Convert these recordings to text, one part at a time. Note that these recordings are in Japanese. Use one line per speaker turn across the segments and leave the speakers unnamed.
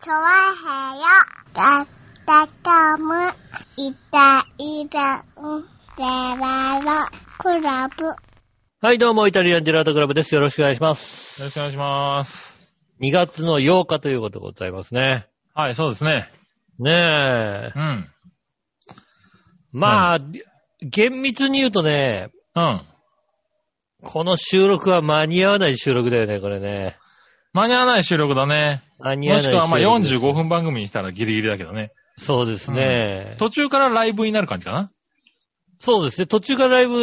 チョワヘヨだったかむいたいたんでららクラブ
はい、どうも、イタリアンジェラートクラブです。よろしくお願いします。
よろしくお願いします。
2月の8日ということでございますね。
はい、そうですね。
ねえ。
うん。
まあ、厳密に言うとね、
うん。
この収録は間に合わない収録だよね、これね。
間に合わない収録だね。
間に合わ
も
な
し
い
くはまあ
収録です
45。分番組にしたらギリギリだけどね。
そうですね、
途中からライブになる感じかな。
そうですね。途中からライブ、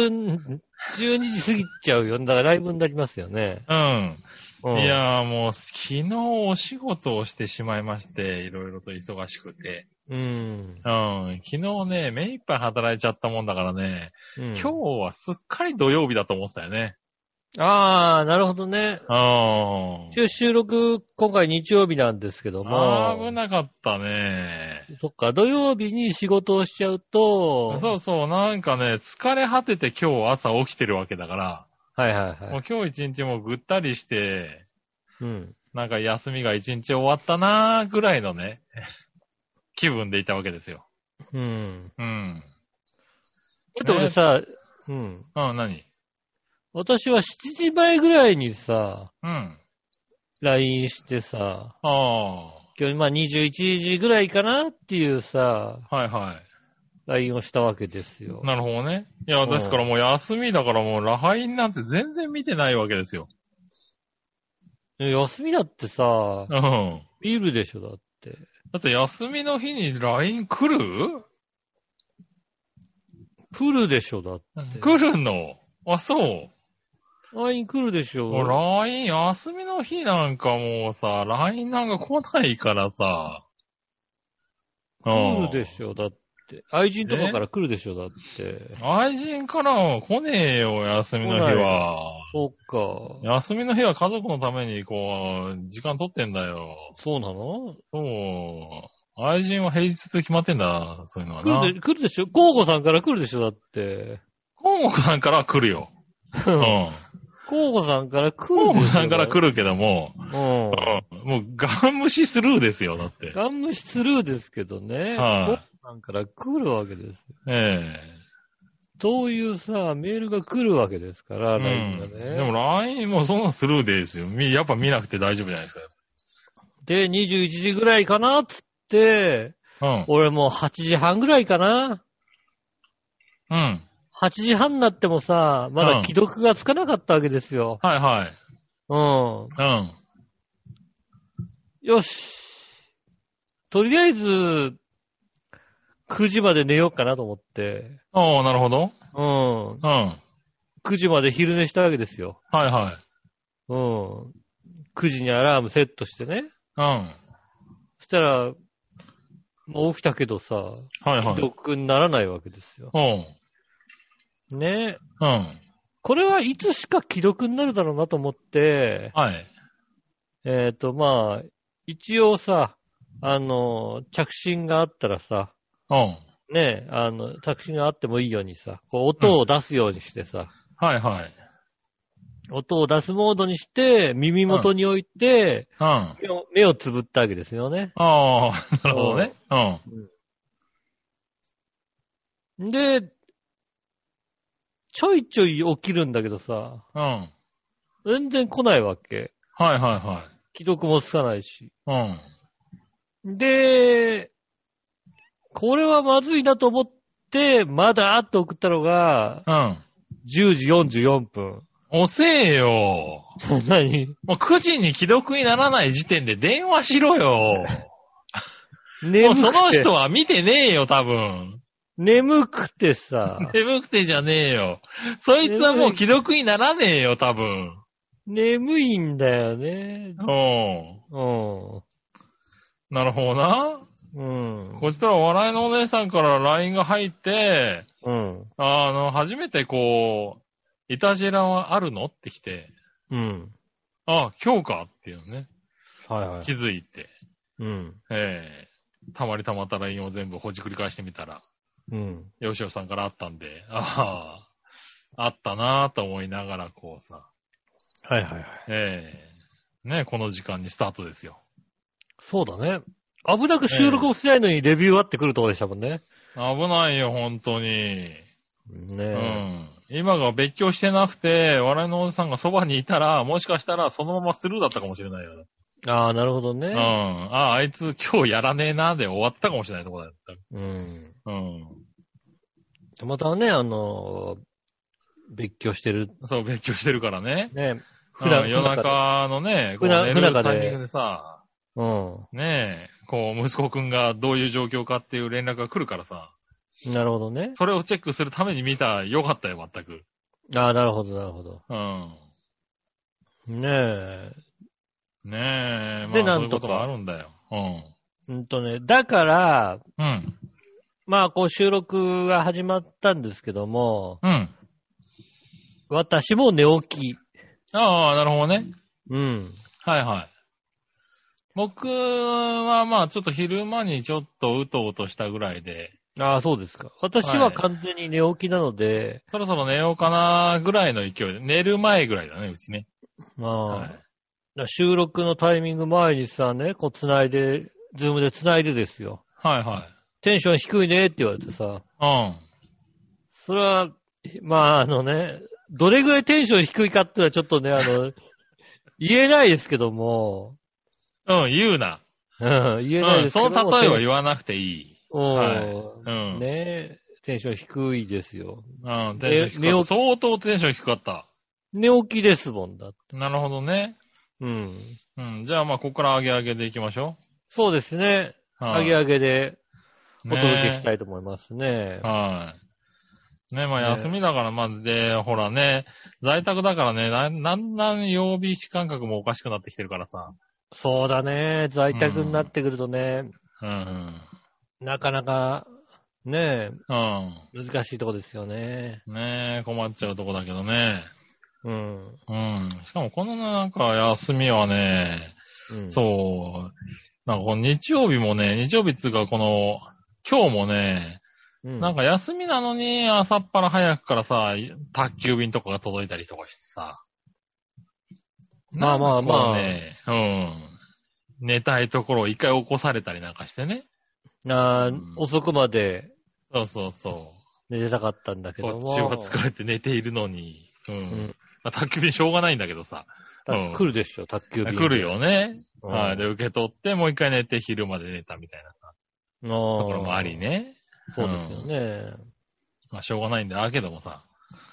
12時過ぎちゃうよ。だからライブになりますよね。
うん。
うん
いやーもう、昨日お仕事をしてしまいまして、いろいろと忙しくて。
うん。
うん。昨日ね、目いっぱい働いちゃったもんだからね、
うん
今日はすっかり土曜日だと思ってたよね。
ああ、なるほどね。
うん。
一応収録、今回日曜日なんですけども。
危なかったね。
そっか、土曜日に仕事をしちゃうと、
そうそう、なんかね、疲れ果てて今日朝起きてるわけだから、
はいはいは
もう
い。
今日一日もぐったりして、
うん。
なんか休みが一日終わったなーぐらいのね、 気分でいたわけですよ。
うん。
うん。
だって俺さ、うん。
うん、何
私は7時前ぐらいにさ、
うん。
LINE してさ、
ああ、は
今日まあ21時ぐらいかなっていうさ、
いはい。
LINE をしたわけですよ。
なるほどね。いや、
うん
ですからもう休みだからもう、ラハインなんて全然見てないわけですよ。
休みだってさ
う、ん。
ビールでしょだって。
だって休みの日に LINE 来る
来るでしょだって。
来るのあ、そう。
LINE 来るでしょ。
もう LINE、休みの日なんかもうさ、LINE なんか来ないからさ。
来るで
ょ。
しょだって。愛人とかから来るでしょだって。
愛人からは来ねえよ、休みの日は。
そっか。
休みの日は家族のために、こう、時間取ってんだよ。
そうなの
そう。愛人は平日と決まってんだ、そういうのはな。
来るで、来るでしょ交互さんから来るでしょだって。
コウモさんからは来る よ。うん。
交互さんから来
コ
る
ウモさんから来
る。
るけども、
う
うんもうガン無視スルーですよ、だって
ん。。ガン無視スルーですけどね。
はい
交互さんから来るわけです。
ええ
そういうさ、メールが来るわけですから、
うん
ラインがね。
でも LINE もそんなスルーでいいですよ。みやっぱ見なくて大丈夫じゃないです
で、21時ぐらいかなっつって、
か。
俺もう8時半ぐらいかな。
うん。うん。
8時半になってもさ、ま
う
だ
ん
既読がつかなかったわけですよ。
はいはい。
うん。
うん。
よし。とりあえず、9時まで寝ようかなと思って。
おー、なるほど。
うん。
うん。はい
9時まで昼寝したわけですよ。
はい。
うん。9時にアラームセットしてね。
うん。は
そしたら、もう起きたけどさ、
いは
既
い。
読にならないわけですよ。
おう。
ね。
うん。
これはいつしか既読になるだろうなと思って、
はい。
えっ、と、まあ、一応さ、あの、着信があったらさ、
うん。
ね、あの、着信があってもいいようにさ、こう音を出すようにしてさ、
はいはい。
音を出すモードにして、耳元に置いて、
うん。あ
目を目をつぶったわけですよね。
あー、な るほどね。うん。
で、ちょいちょい起きるんだけどさ、
うん。はい
全然来ないわけ。
はいは
既読もつかないし。
い。うん。
で、これはまずいなと思って、まだって送ったのが、
うん。
10時44分。
遅えよ。
何
もう9時に既読にならない時点で電話しろ よ。も
眠
う
くて。
その人は見てねえよ、多 分。
眠くて さ、
眠くてじゃねえよ。そいつはもう既読にならねえよ、多分。
眠いんだよね。
う。
うん
なるほどな。
ん。うん。
こっちとら笑いのお姉さんから LINE が入って、
うん。
あの、初めてこう、いたじらはあるのって来て、
うん。
あ、今日かっていうのね、
はいは
気。づいて、
うん。
ええたまりたまった LINE を全部ほじくり返してみたら、
うん。
よしおさんからあったんで、ああ、あったなぁと思いながらこうさ、
はいはいはい。
ええね、この時間にスタートですよ。
そうだね。危なく収録をしてないのにレビューあってくるとこでしたもんね。
危ないよ、本当に。
ね
う
え。
ん。今が別居してなくて、笑いのおじさんがそばにいたら、もしかしたらそのままスルーだったかもしれないよ。
ああ、なるほど
うん。
ね。
あ、あいつ今日やらねえな、で終わったかもしれないとこだった。
うん。
うん。
たまたまね、あの、別居してる。
そう、別居してるからね。
ね普
普
段
段夜中のね、こ
普
う
段
寝る
普段
タ
で
イミングでさ、
う
ねえ、こう、息子くんがどういう状況かっていう連絡が来るからさ、
ん。なるほどね。
それをチェックするために見た、よかったよ、全く。
ああ、なるほど、なるほど。
うん。
ねえ。
ねえ、ま
で
あ、
な
そうい
ん
う
と
こ
か
とがあるんだよ。
うんとね、だから、
うん。うん。
まあ、こう収録が始まったんですけども、
うん。
私も寝起き。
ああ、なるほどね。
うん。
はいはい。僕はまあちょっと昼間にちょっとうとうとしたぐらいで、
ああ、そうですか。私は完全に寝起きなので、
そろそろ寝ようかなぐらいの勢いで、寝る前ぐらいだね、うちね。
まあ、
は
だ
い
から収録のタイミング前にさ、ね、こう繋いで、ズームで繋いでですよ。
はいはい。
テンション低いねって言われてさ、
うん。
それは、まあ、あのね、どれぐらいテンション低いかってのはちょっとね、あの、 言えないですけども、
うん、言うな。
うん、言えない
うん、
ですけど
そ
も。
の例えは言わなくていい。
うん、
はいうん。
ねテンション低いですよ。
うん、テンション低
寝
か
起
った。
き
相当テンション低かった。
寝起きですもんだ。
なるほどね。
うん。
うん、じゃあまあここから上げ上げでいきましょ
そうですね。
う。は
上
い
げ上げでお届けし
ね
たいと思いますね。
はい。ね、まあ
ね
休みだから、まあで、ほらね、在宅だからね、だんだんだん曜日感覚もおかしくなってきてるからさ。
そうだね。在宅になってくるとね、
うん
なかなか、ね
うん。
難しいとこですよね。
うん。ねえ、困っちゃうとこだけどね。
うん。
うん。しかもこのなんか休みはね、
うん、
そう、なんかこの日曜日もね、日曜日っつうかこの、今日もね、
う。
なんか休みなのに朝っぱら早くからさ、宅急便とかが届いたりとかしてさ。
まあまあまあ
なんかこうね、うん。寝たいところを一回起こされたりなんかしてね。
あー
うん
遅くまで
そうそうそ
寝てたかったんだけ
う。こ
ど
っ
も。
ちは疲れて寝ているのに。うん。
ん
まあ、宅急便しょうがないんだけどさ。
た
うん
来るでしょ、卓球便。
来る。よね。
うん
はい。で、受け取って、もう一回寝て昼まで寝たみたいな
と
と
こ
ころもあり。ね。
そうですよね。
まあ、しょうがないんだけどもさ。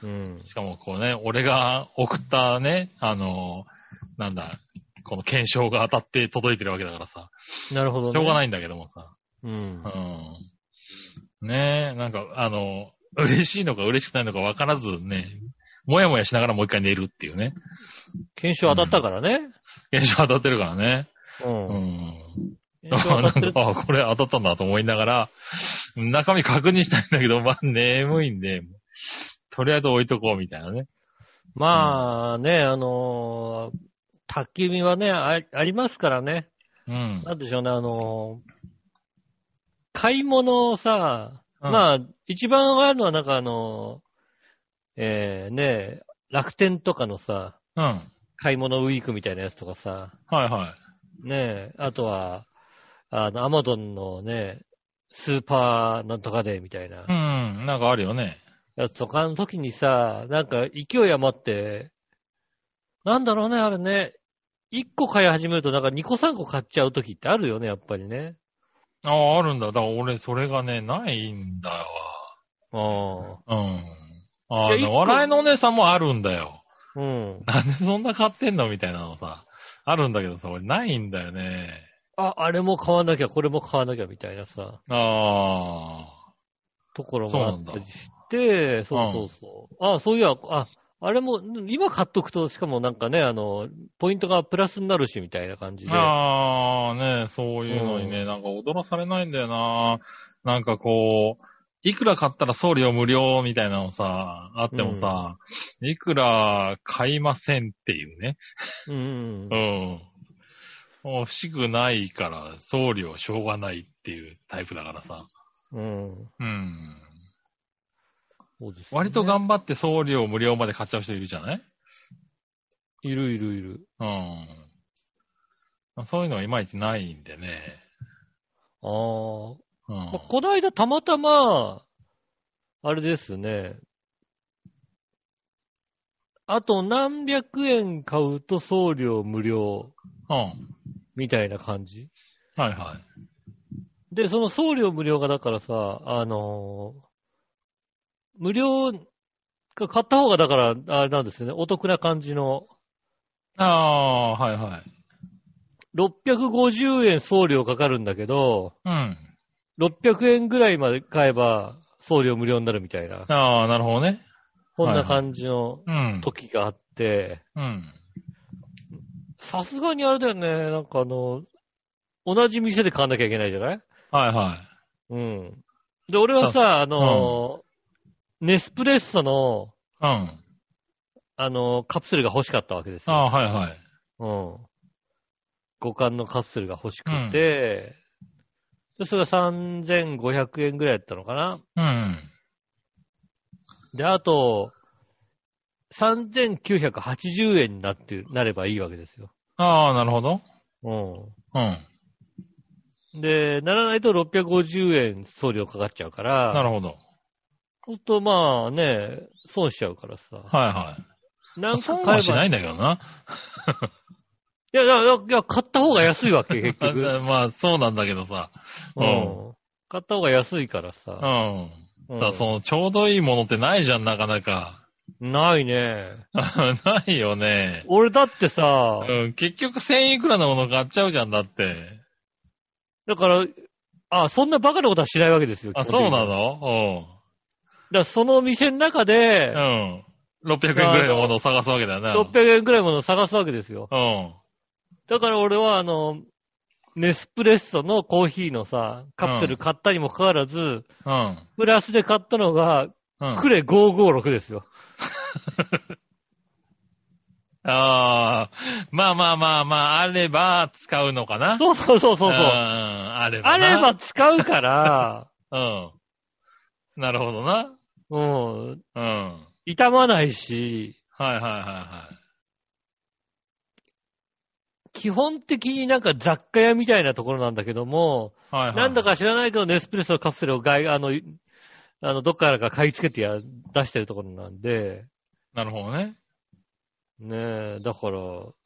うん。
しかもこうね、俺が送ったね、あの、なんだ、この検証が当たって届いてるわけだからさ、
なるほ
しょ
ど
う
ね。
が
い。
ないんだけどもさ、
うん。
うん。ねえ、なんか、あの、嬉しいのか嬉しくないのか分からずね、もやもやしながらもう一回寝るっていうね。
検証当たったからね。
検証当たってるからね。
う。
うんん。
検証当た
あな
ってる
んか、 あこれ当たったんだと思いながら、中身確認したいんだけど、まあ眠いんで、とりあえず置いとこうみたいなね。
まあね、あのー宅急便はねあ、ありますからね。
うん。
なんでしょうね、あのー買い物をさ、
うん
まあ、一番あるのはなんかあのーえー、ね、楽天とかのさ、
うん。はい
買い物ウィークみたいなやつとかさ、
はい。
ね、あとは、あの、アマゾンのね、スーパーなんとかでみたいな
うん、なんかあるよね。
やつとかの時にさ、なんか勢い余って、なんだろうね、あれね、1個買い始めるとなんか2個3個買っちゃう時ってあるよね、やっぱりね。
ああ、あるんだ。だから俺、それがね、ないんだ
あ
わ。うん。あ
いや一
の、
個
笑いのお姉さんもあるんだよ。
あ。うん。
なんでそんな買ってんのみたいなのさ。あるんだけどさ、俺、ないんだよね。
あ、あれも買わなきゃ、これも買わなきゃみたいなさ、
あ
ところもあった
そうなん
り
だ
して、そうそうそう。あ、そういや、あ、あれも、今買っとくと、しかもなんかね、あの、ポイントがプラスになるし、みたいな感じで。
あ。ああ、ねそういうのに
う
ね、なんか踊らされないんだよな。なんかこう、いくら買ったら送料無料みたいなのさ、あってもさ、いくら買いませんっていうね。
うんうん
う。ん。もう欲しくないから送料しょうがないっていうタイプだからさ。
うん。
うん。
そうですね
割と頑張って送料無料まで買っちゃう人いるじゃない
いるいるいる。
うん。そういうのはいまいちないんでね。
ああ。
うん。
まあこないだたまたま、あれですね。あと何百円買うと送料無料
うん。
みたいな感じ
はいはい。
で、その送料無料がだからさ、あのー無料が買った方がだから、あれなんですよね、お得な感じの、
ああ、はいはい。
650円送料かかるんだけど、
うん。
600円ぐらいまで買えば送料無料になるみたいな、
ああ、なるほどね。
こんな感じの
うん。
時があって、
うん。
さすがにあれだよね、なんかあの、同じ店で買わなきゃいけないじゃない
はいはい。
うん。で、俺はさ、あのーネスプレッソの、
うん。
あの、カプセルが欲しかったわけです
あ
よ。
あ、はいはい。
うん。五感のカプセルが欲しくて、でそれが3500円ぐらいだったのかな。
うん。
で、あと、3980円になって、なればいいわけですよ。
ああ、なるほど。
う
うん。
ん。で、ならないと650円送料かかっちゃうから、
なるほど。
ほんとまあね、損しちゃうからさ。
はいはい。
なんか
損
買
は
え
し
ば、
ないいんだけどな。
や、いや、いやいや、買った方が安いわけ、結局。
まあ、 そうなんだけどさ。
う
うん
ん。買った方が安いからさ。
う
う
ん。
ん
だからその、ちょうどいいものってないじゃん、なかなか。
ないね。
ないよね。
俺だってさ、
うん、結局1000いくらのもの買っちゃうじゃんだって。
だから、あ、そんなバカなことはしないわけですよ。
あ、
基
そう
本的に
な
だか
の
らその店の中
う
で、
ん。うん。600円くらいのものを探すわけだよね。
600円くらいものを探すわけですよ。
うん。
だから俺は、あの、ネスプレッソのコーヒーのさ、カプセル買ったにもかかわらず、
うん。
プラスで買ったのが、
うん。
クレ556ですよ。
ああ、まあまあまあまあ、あれば使うのかな。
そうそうそうそうそう。
ん
あ
あれば
れ
な。
ば使うから、
うん。なるほどな。
うん、
うん。はい
傷まないし、
はいはいはい。
基本的になんか雑貨屋みたいなところなんだけども、
はいはい、
なんだか知らないけど、ネスプレッソのカプセルを外、あの、いあの、どっからか買い付けてや、出してるところなんで、
なるほどね。
ねえ、だから、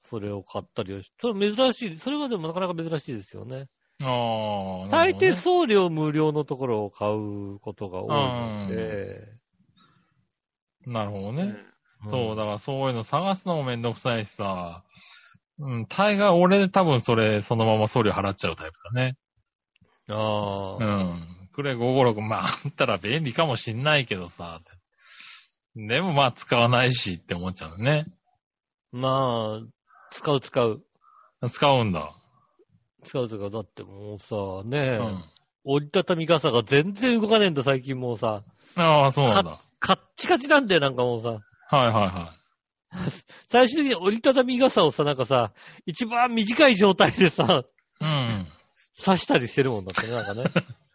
それを買ったりをし、それ珍しい、それはでもなかなか珍しいですよね。
ああ、な
大
るほどね
抵送料無料のところを買うことが多いので、
なるほどね。
うん
そう、だからそういうの探すのもめんどくさいしさ。うん、大概俺多分それ、そのまま送料払っちゃうタイプだね。
あ
う
あ、
ん。クレ556、まあ、あったら便利かもしんないけどさ。でもまあ、使わないしって思っちゃうね。
まあ、使う使う。
使うんだ。
使う使う。だってもうさ、ねえ、
うん。
折りたたみ傘が全然動かねえんだ、最近もうさ。
ああ、そうなんだ。
カッチカチなんだよ、なんかもうさ。
はいはいは
最終的に折りたたみ傘をさ、なんかさ、一番短い状態でさ、
い。
刺したりしてるもんだってね、なんかね。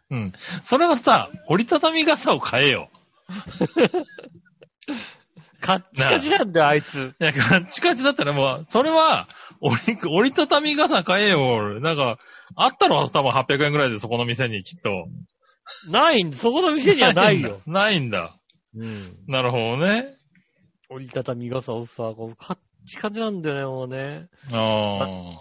うん。うん。それはさ、折りたたみ傘を買えよ。
カッチカチ なんだよ、あいつ。
いや、カッチカチだったらもう、それは、折り、折りたたみ傘買えよ。なんか、あったろ多分800円くらいでそこの店にきっと。
ないんそこの店にはないよ。。
ないんだ。
うん。
なるほどね。
折りたたみ傘をさ、こうカッチカチなんだよね、もうね。
あ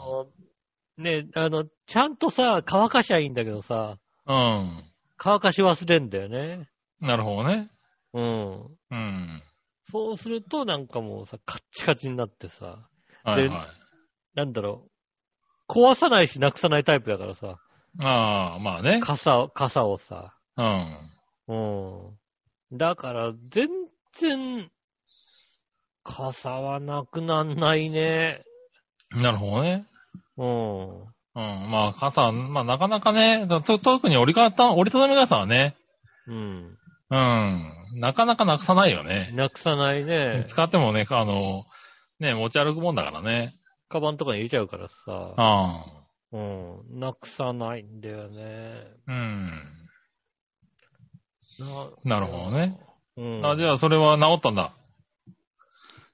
ね、あの、ちゃんとさ、乾かしゃいいんだけどさ、
あ。
乾かし忘れんだよね。
うん。なるほどね。
うん。
うん。
そうすると、なんかもうさ、カッチカチになってさ、
はいはい。
なんだろう、壊さないしなくさないタイプだからさ、
ああ、まあね。
傘を、傘をさ。
うん。
うん。だから、全然、傘はなくなんないね。
なるほどね。
うん。
うん。まあ、傘、まあ、なかなかね、と特に折りかた、折りたたみ傘はね、
うん。
うん。なかなかなくさないよね。
なくさないね。
使ってもね、あの、ね、持ち歩くもんだからね。
カバンとかに入れちゃうからさ。
ああ。
うん。なくさないんだよね。
うん。
な
なるほどね。
うん。
あ、じ
あ。
ゃあ、それは治ったんだ。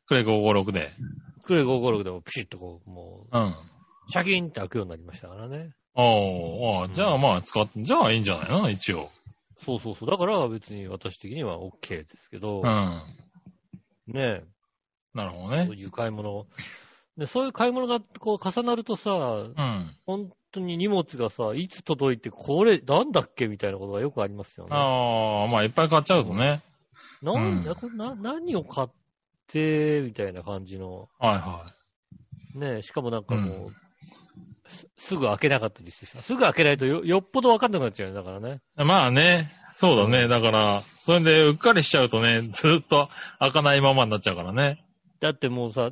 クレ556で。
クレ556でもピシッとこう、も
うん。
シャキーンって開くようになりましたからね。
ああ、ああじゃあまあ使って、じゃあいいんじゃないの一応。
そうそうそう。だから別に私的には OK ですけど、
うん。
ねえ、
なるほど
そ
ね
う。いう買い物。で、そういう買い物がこう重なるとさ、
うん。
本当に荷物がさ、いつ届いて、これ、なんだっけみたいなことがよくありますよね。
ああ、まあいっぱい買っちゃうとね。
なん
う
だ、
ん
これな、何を買って、みたいな感じの。
はいは
ねえ、しかもなんかもう、すすぐ開けなかったりしてさ、すぐ開けないとよよっぽどわかんなくなっちゃうよねだからね。
い。まあね、そうだね。だから、それでうっかりしちゃうとね、ずっと開かないままになっちゃうからね。
だってもうさ、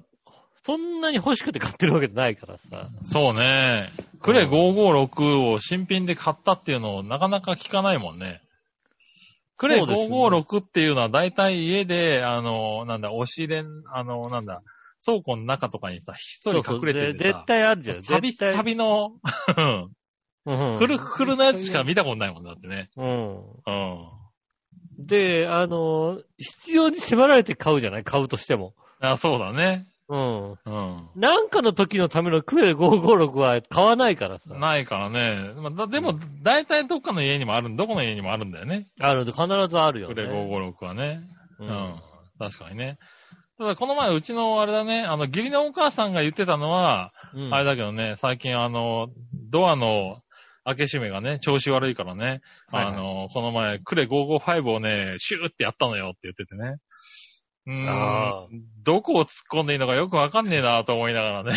そんなに欲しくて買ってるわけじゃないからさ。
そうね。クレ556を新品で買ったっていうのをなかなか聞かないもんね。クレ
そうですね
556っていうのは大体家で、あの、なんだ、押し入れん、あの、なんだ、倉庫の中とかにさ、ひっそり隠れて
で
て
絶
さ。
対あるじゃん。
サビ、
絶対
サビの、うん
うん
くるくるのやつしか見たことないもんだってね。
うん。
うん。
で、あの、必要に迫られて買うじゃない買うとしても。
あ、そうだね。
うん。
うん。
なんかの時のためのクエル556は買わないからさ。
ないからね。まあだでも、大体どっかの家にもある、どこの家にもあるんだよね。
あるので必ずあるよ
ク
ね。
レ556はね。
う。
うんん。確かにね。ただ、この前、うちの、あれだね、あの、義理のお母さんが言ってたのは、
うん
あれだけどね、最近、あの、ドアの開け閉めがね、調子悪いからね、
はいはい
あの、この前、クレ555をね、シューってやったのよって言っててね。うー
あ
ん。どこを突っ込んでいいのかよくわかんねえなと思いなが らね。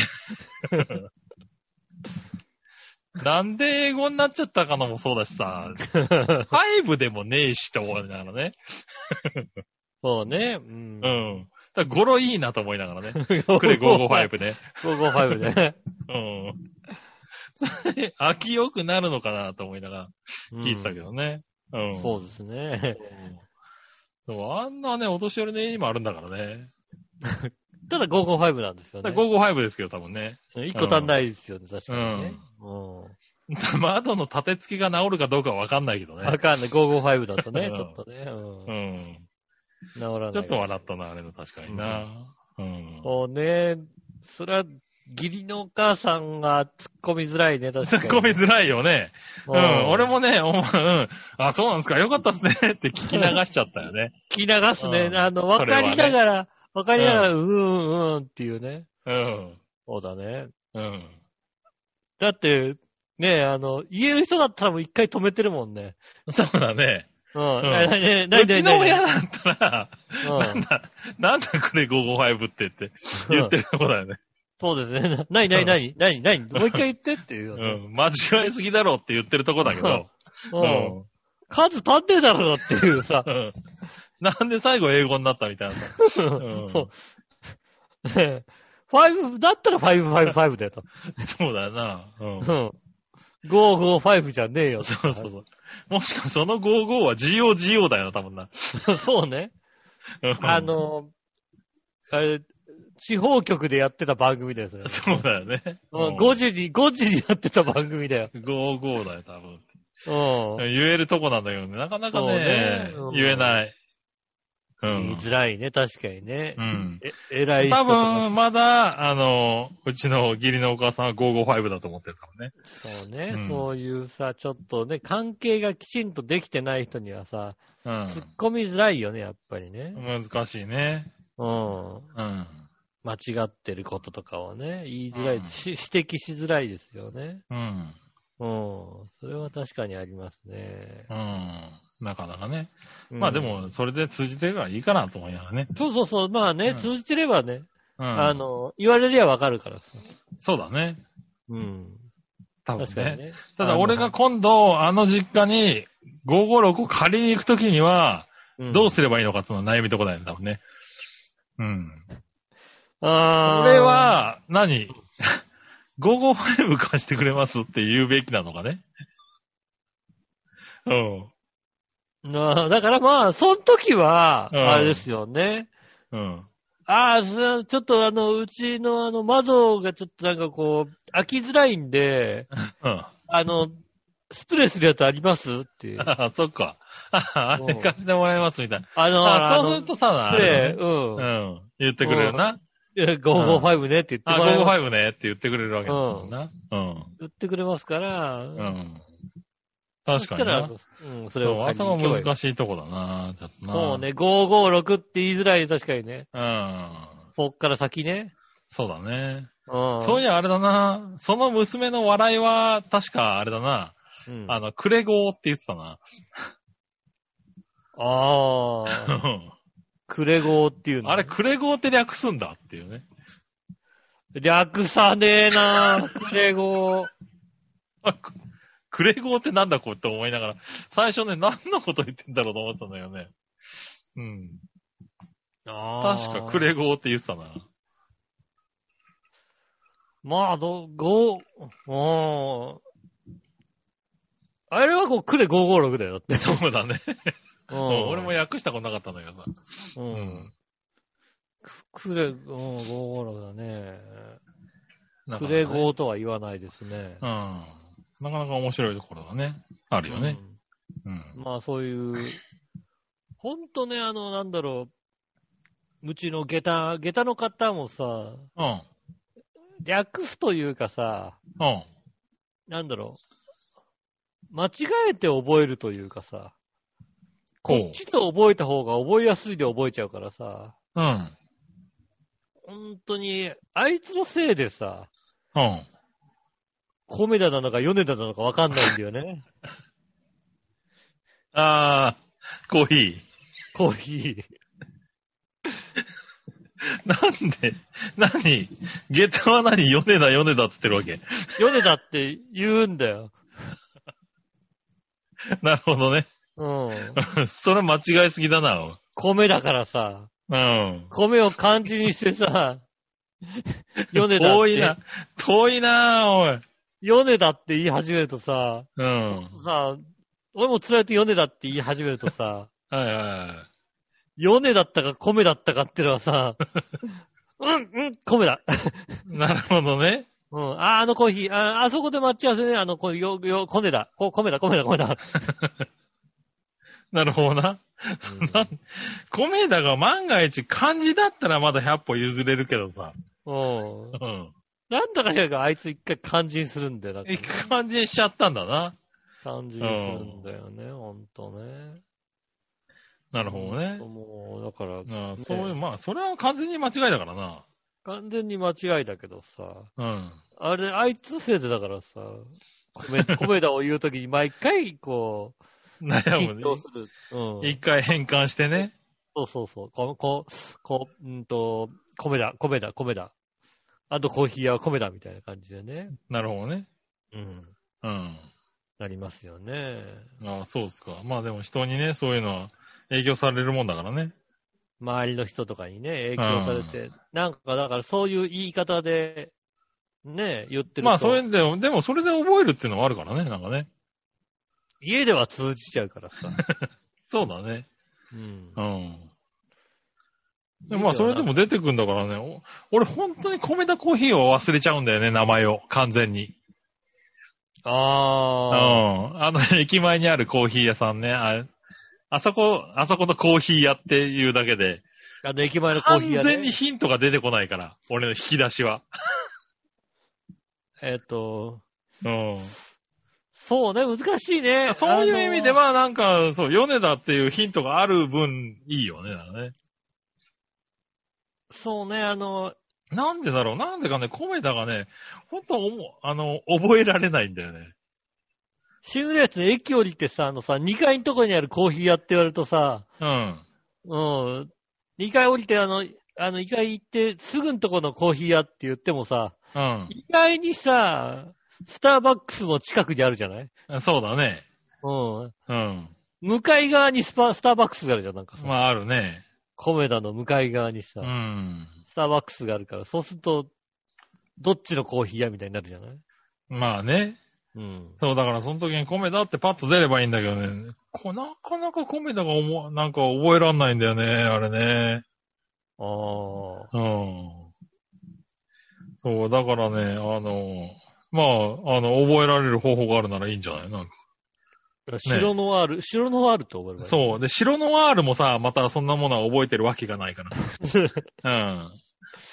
なんで英語になっちゃったかのもそうだしさ、5でもねえしと思いながらね。
そうね。うん
う。ん。ただ語呂いいなと思いながらね。クレ555ね。
555ね。
うん。それ、飽きよくなるのかなと思いながら 聞いてたけどね。うん。
うんそうですね。
うんでもあんなね、お年寄りの家にもあるんだからね。
ただ555なんですよね。
555ですけど、多分ね。
1個足んないですよね、確かにね。うん。
窓の立て付けが治るかどうかわかんないけど
わ
ね。
かんない。555だとね、
うん
ちょっとね。う。
うんん。
治らない。
ちょっと笑ったな、あれの確かにな。うん。
そうね。それは、義理のお母さんが突っ込みづらいね、確か
突っ
に。
込みづらいよね。
う
うん。俺。もね、お前、うん。あ、そうなんですか。よかったっすね。って聞き流しちゃったよね。
聞き流すね。
うん
あの、わかりながら、わかりながら、うーん、うーんっていうね。
うん。
そうだね。
うん。
だって、ねあの、言える人だったらもう一回止めてるもんね。
そうだね。
うん。
ん
なななな
うちの親だったら、
うん
なんだ、なんだこれ555ってって言ってるとこだよね。
そうですね。なになになになになにもう一回言ってっていうよ
う
ね。
ん。間違えすぎだろって言ってるとこだけど。
う。
うんん。
数足んねえだろうっていうさ。
うんなんで最後英語になったみたいな。うん
そう。ねえファイブ、だったらファイブ、ファイブ、ファイブだよと。
そうだよな。う。
うんん。五五ファイブじゃねえよと。
そうそうそう。もしかその55は GOGO だよな、多分な。
そうね。
うん
あ、の、あれ、地方局でやってた番組ですね。
そうだよね。
うん、5時に、5時にやってた番組だよ。
55だよ、多分。
う
言えるとこなんだけどね。なかなかね
そうねうん、。
言えない。うん
言い
ん。
づらいね、確かにね
う。ん。
え、偉い人
多
とか。
分、まだ、あの、うちの義理のお母さんは555だと思ってるからね。
そうね、
うん
そういうさ、ちょっとね、関係がきちんとできてない人にはさ、突っ
う
込みづらいよね、やっぱりね。
ん。難しいね。
うん。
うん。
間違ってることとかをね、言いづらい、し指摘しづらいですよね。
うん。
うん。それは確かにありますね。
うん。なかなかね。
うん
まあで、も、それで通じてればいいかなと思いながらね。
そうそうそう、まあね、
うん
通じてればね、
うん。
あの、言われりゃわかるからさ。
そうだね。
うん。
多分
確かに
ね。
ね。
ただ俺が今度、あの実家に556を借りに行くときには、
うん、
どうすればいいのかっていうのは悩みとこだよね、多分ね。うん。
あー
これ、は何、555貸してくれますって言うべきなのかね。 うん。
なだからまあ、その時は、
うん
あれですよね。
うん。
ああ、すちょっとあの、うちのあの、窓がちょっとなんかこう、開きづらいんで、
うん。
あの、スプレーするやつありますっていう。
あそっか。ああれ貸してもらいますみたいな。
あの、
あ
あ
そう
の
するとさ、
ス
あ
プレー、
れだね
うん。
うん。言ってくれるな。
555ねって言って
あ、
もらえば
555ねって言ってくれるわけだもんな。うん。
言ってくれますから、
う、ん。確かにな。
そしたら、うん、そ
そ
れを
う、朝は
し
難しいとこだな、ちょっとな。
そうね、556って言いづらい、確かにね。
うん。
そっから先ね。
そうだね。
うん。
そういや、あれだな。その娘の笑いは、確かあれだな。
うん
あの、クレゴーって言ってたな。
あ あ、クレゴーっていうの。
あれ、クレゴーって略すんだっていうね。
略さねえな クレゴー。
あククレゴーってなんだこうって思いながら、最初ね、何のこと言ってんだろうと思ったんだよね。うん。確かク
ゴー。
レゴーって言ってたな。
まあ、ど、ゴー、うん。あれはこう、クレ556だよ、だって。
そうだね。
うん
うん俺も訳したことなかったんだけどさ。
う。。
うん
クレ、うん、556だね。
なかなか
ク
ね
レゴーとは言わないですね。
うん。なかなか面白いところだね。あるよね
う。ん
うん。
まあそういう、ほんとね、あの、なんだろう、うちの下駄、下駄の方もさ、
うん。
略すというかさ、
うん。
なんだろう、間違えて覚えるというかさ、
こ
ちと覚えた方が覚えやすいで覚えちゃうからさ、
う。うん。
本当に、あいつのせいでさ、
うん。
コメダなのかヨネダなのかわかんないんだよね。
あー、コーヒー。
コーヒ
なんで、何下駄は何ヨネダヨネダって言ってるわけ。
ー。ヨネダって言うんだよ。
なるほどね。
うん。
それ間違いすぎだな。
米だからさ、
うん。
米を漢字にして さ、ヨネダっ
遠い
て
な、。遠いな、おい。
ヨネダって言い始めるとさ、
うん。
さ、俺も辛いとヨネダって言い始めるとさ、
はいは
ヨネだったか米だったかってのは さ、うん、うん、米だ。
い。なるほどね。
うん、あ、あのコーヒー、あ、あそこで待ち合わせね、あの、こよ、よ、米だ、こ米だ、米だ、米だ。
なるほどな。なんコメダが万が一漢字だったらまだ100歩譲れるけどさ。
うん。
うん。
なんだかしらがあいつ一回肝心するんだよ、だって
一回漢字にしちゃったんだな。
肝心するんだよね、ほんとね。
なるほどね。
もう、だから、
あそういう、まあ、それは完全に間違いだからな。
完全に間違いだけどさ、
うん。
あれ、あいつせいでだからさ、米、 米だを言うときに毎回、こう、緊
悩むね。
張する。うん。
一回変換してね。
そうそうそう。こ、こ、こ、うんと、米だ、米だ、米だ。あとコーヒー屋は米だみたいな感じでね。
なるほどね。
うん。
うん。
なりますよね。
ああ、そうですか。まあでも人にね、そういうのは影響されるもんだからね。
周りの人とかにね、影響されて。なんか、だからそういう言い方で、ね、言ってると。
まあそういうのでも、でもそれで覚えるっていうのはあるからね、なんかね。
家では通じちゃうから さ。
そうだね。
うん
う。ん。でまあそれでも出てくんだからね、お俺本当に米田コーヒーを忘れちゃうんだよね、名前を。完全に。う
あ
ん。
あ。
あの、駅前にあるコーヒー屋さんね。ああそこ、あそこのコーヒー屋っていうだけで、
あの、駅前のコー
完
ヒー屋、ね。
全にヒントが出てこないから、俺の引き出しは。
えっ、と、
うん。
そうね、難しいね。
そういう意味では、なんか、そう、ヨネダっていうヒントがある分、いいよね、なんかね。
あの。そうね、あの、
なんでだろう、なんでかね、コメダがね、ほんとおも、あの、覚えられないんだよね。
新浦安の駅降りてさ、あのさ、2階のとこにあるコーヒー屋って言われるとさ、
うん。
うん、2階降りてあの、あの、2階行ってすぐのとこのコーヒー屋って言ってもさ、
うん。
意外にさ、スターバックスの近くにあるじゃない
そうだね。
うん。
うん。
向かい側にスパ、スターバックスがあるじゃん、なんかさ。
まあ、あるね。
コメダの向かい側にさ、
うん。
スターバックスがあるから、そうすると、どっちのコーヒー屋みたいになるじゃない
まあね。
うん。
そう、だからその時にコメダってパッと出ればいいんだけどね。こなかなかコメダが思わ、なんか覚えらんないんだよね、あれね。
ああ。
うん。そう、だからね、あの、まあ、あの、覚えられる方法があるならいいんじゃないなんか
白ノワール、白ノワールと覚えればいい。
そう。で、白ノワールもさ、またそんなものは覚えてるわけがないから。うん。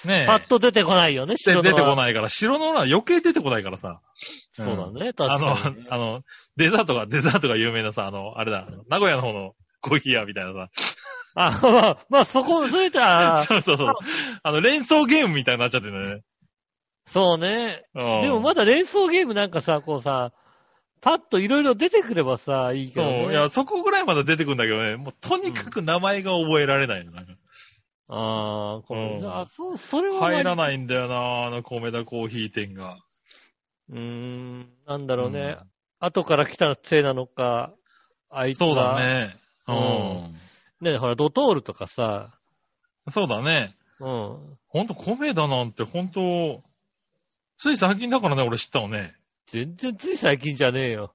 ねえ。
パッと出てこないよね、
で
白
出てこ
い。
ないから、白のは余計出てこないからさ。
そうだね、
あ
確
の、
かにね、
あの、デザートが、デザートが有名なさ、あの、あれだ、名古屋の方のコーヒー屋みたいなさ、
あ、まあ、まあ、そこ、それじゃあ、
そうそうそう。あの、連想ゲームみたいになっちゃってるんだよね。
そうね。
うん
でもまだ連想ゲームなんかさ、こうさ、パッといろいろ出てくればさ、いいけ
そ
ど、ね。
う。いや、そこぐらいまで出てくるんだけどね、もうとにかく名前が覚えられないの。なんか
ああ、これ、
うん
あ、そう、それは割
入
と
らないんだよな、あの、米田コーヒー店が。
うーん、なんだ
だ
ろうね。後から来たせいなのか、あいつが。
そうだ。ね。う
うん
ん。
ね、ほら、ドトールとかさ、
そうだね。
うん。
ほんと、米田なんてほんと、つい最近だからね、俺知ったのね。
全然つい最近じゃねえよ。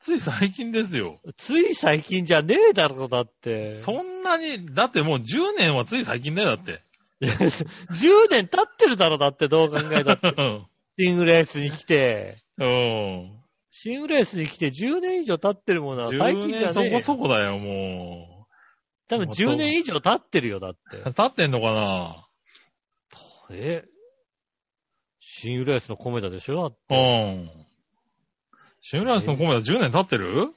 つい最近ですよ。
つい最近じゃねえだろ、だって。
そんなに、だってもう10年はつい最近だよ、だって。
10年経ってるだろ、だって、どう考えた って。シングレースに来て、
うん。
シングレースに来て10年以上経ってるものは最近じゃ
10
ねえよ
年そこそこだよ、も
多分10年以上経ってるよ、だっ
う。
て。
立ってんのかな
えシングレースの米田でしょだっ
う
て。
ん。シムライスの米田10年経ってる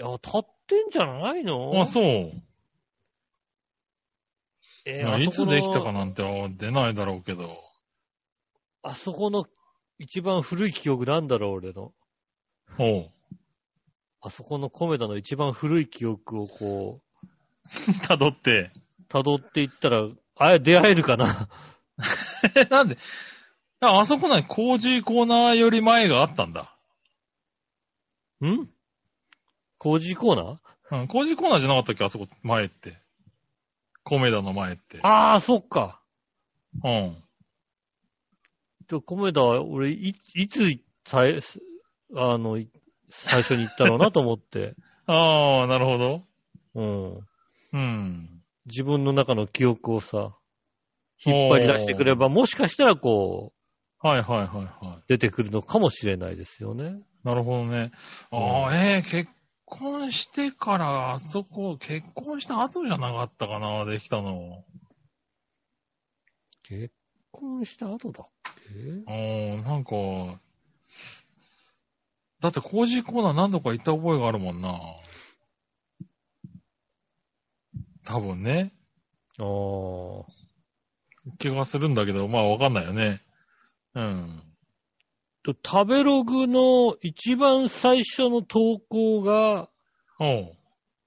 いや、経ってんじゃないの
あ、そう。
えー
いつできたか
な
なんてあ出ないだろうけど。
あそこの一番古い記憶なんだろう、俺の。
おう。
あそこの米田の一番古い記憶をこ
辿って。
う、辿っていったら、あれ、出会えるかな
え、 なんでああそこない工事コーナーより前があったんだ。
ん工事コーナー
うん、工事コーナーじゃなかったっけあそこ前って。米田の前って。
ああ、そっか。
うん。
で米田は、俺、い、いつ、さいあの、い最初に行ったろうなと思って。
ああ、なるほど。
うん。
うん。
自分の中の記憶をさ、引っ張り出してくれば、もしかしたらこう、
はいはいはいは
出てくるのかもしれないですよね。
い。なるほどね。ああ、ええ結婚してから、あそこ、結婚した後じゃなかったかな、できたの。
結婚した後だっけ
うん、なんか、だって工事コーナー何度か行った覚えがあるもんな。多分ね。
ああ。
気がするんだけど、まあわかんないよね。うん。
と、食べログの一番最初の投稿が、
おう。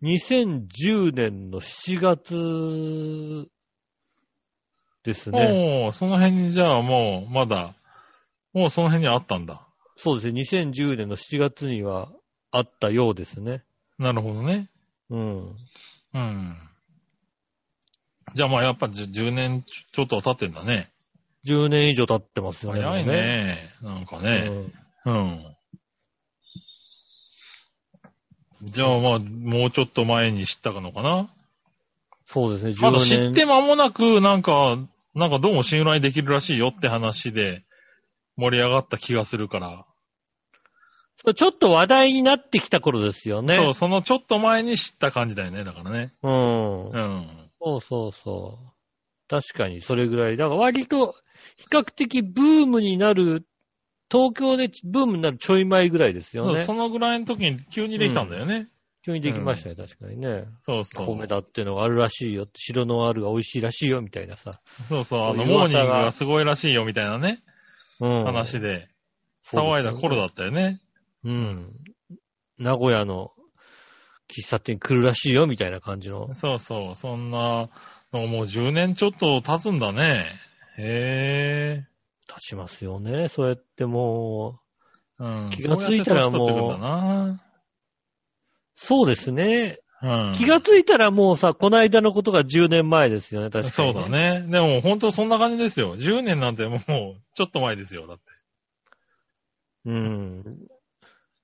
2010年の7月ですね。
おうその辺にじゃあもう、まだ、もうその辺にあったんだ。
そうですね。2010年の7月にはあったようですね。
なるほどね。
うん。
うん。じゃあまあやっぱじ10年ちょちょっとは経ってんだね。
10年以上経ってますよね。
早いね。なんか
もう
ね。
ね。
うん。じゃあまあ、もうちょっと前に知ったのかな
そうですね。
まだ知
10
っ
年。
て間もなく、なんか、なんかどうも信頼できるらしいよって話で盛り上がった気がするから。
ちょっと話題になってきた頃ですよね。
そう、そのちょっと前に知った感じだよね、だからね。
うん
う。ん。
そうそうそう。確かに、それぐらい。だから割と、比較的ブームになる、東京でちブームになるちょい前ぐらいですよ
そう
ね
そ。のぐらいの時に急にできたんだよね。
急にできましたね、確かにね。
そうそう。
米田っていうのがあるらしいよ。白のあるが美味しいらしいよ、みたいなさ。
そうそう、あ
そう
の、
いう
モーニング
噂が
がすごいらしいよみたいなね、
うん。
話で、
そうで
騒い
すよね
だ頃だったよね。
うん。名古屋の喫茶店来るらしいよ、みたいな感じの。
そうそう、そんな、もう10年ちょっと経つんだね。へえ。
立ちますよね。そうやってもう、
うん、
気がついたらもう
そうやって年取ってくんだな
そうですね。
うん、
気がついたらもうさ、この間のことが10年前ですよね、確か
そ
に、
うだ。ね。でも本当そんな感じですよ。10年なんてもう、ちょっと前ですよ。だって。
うん。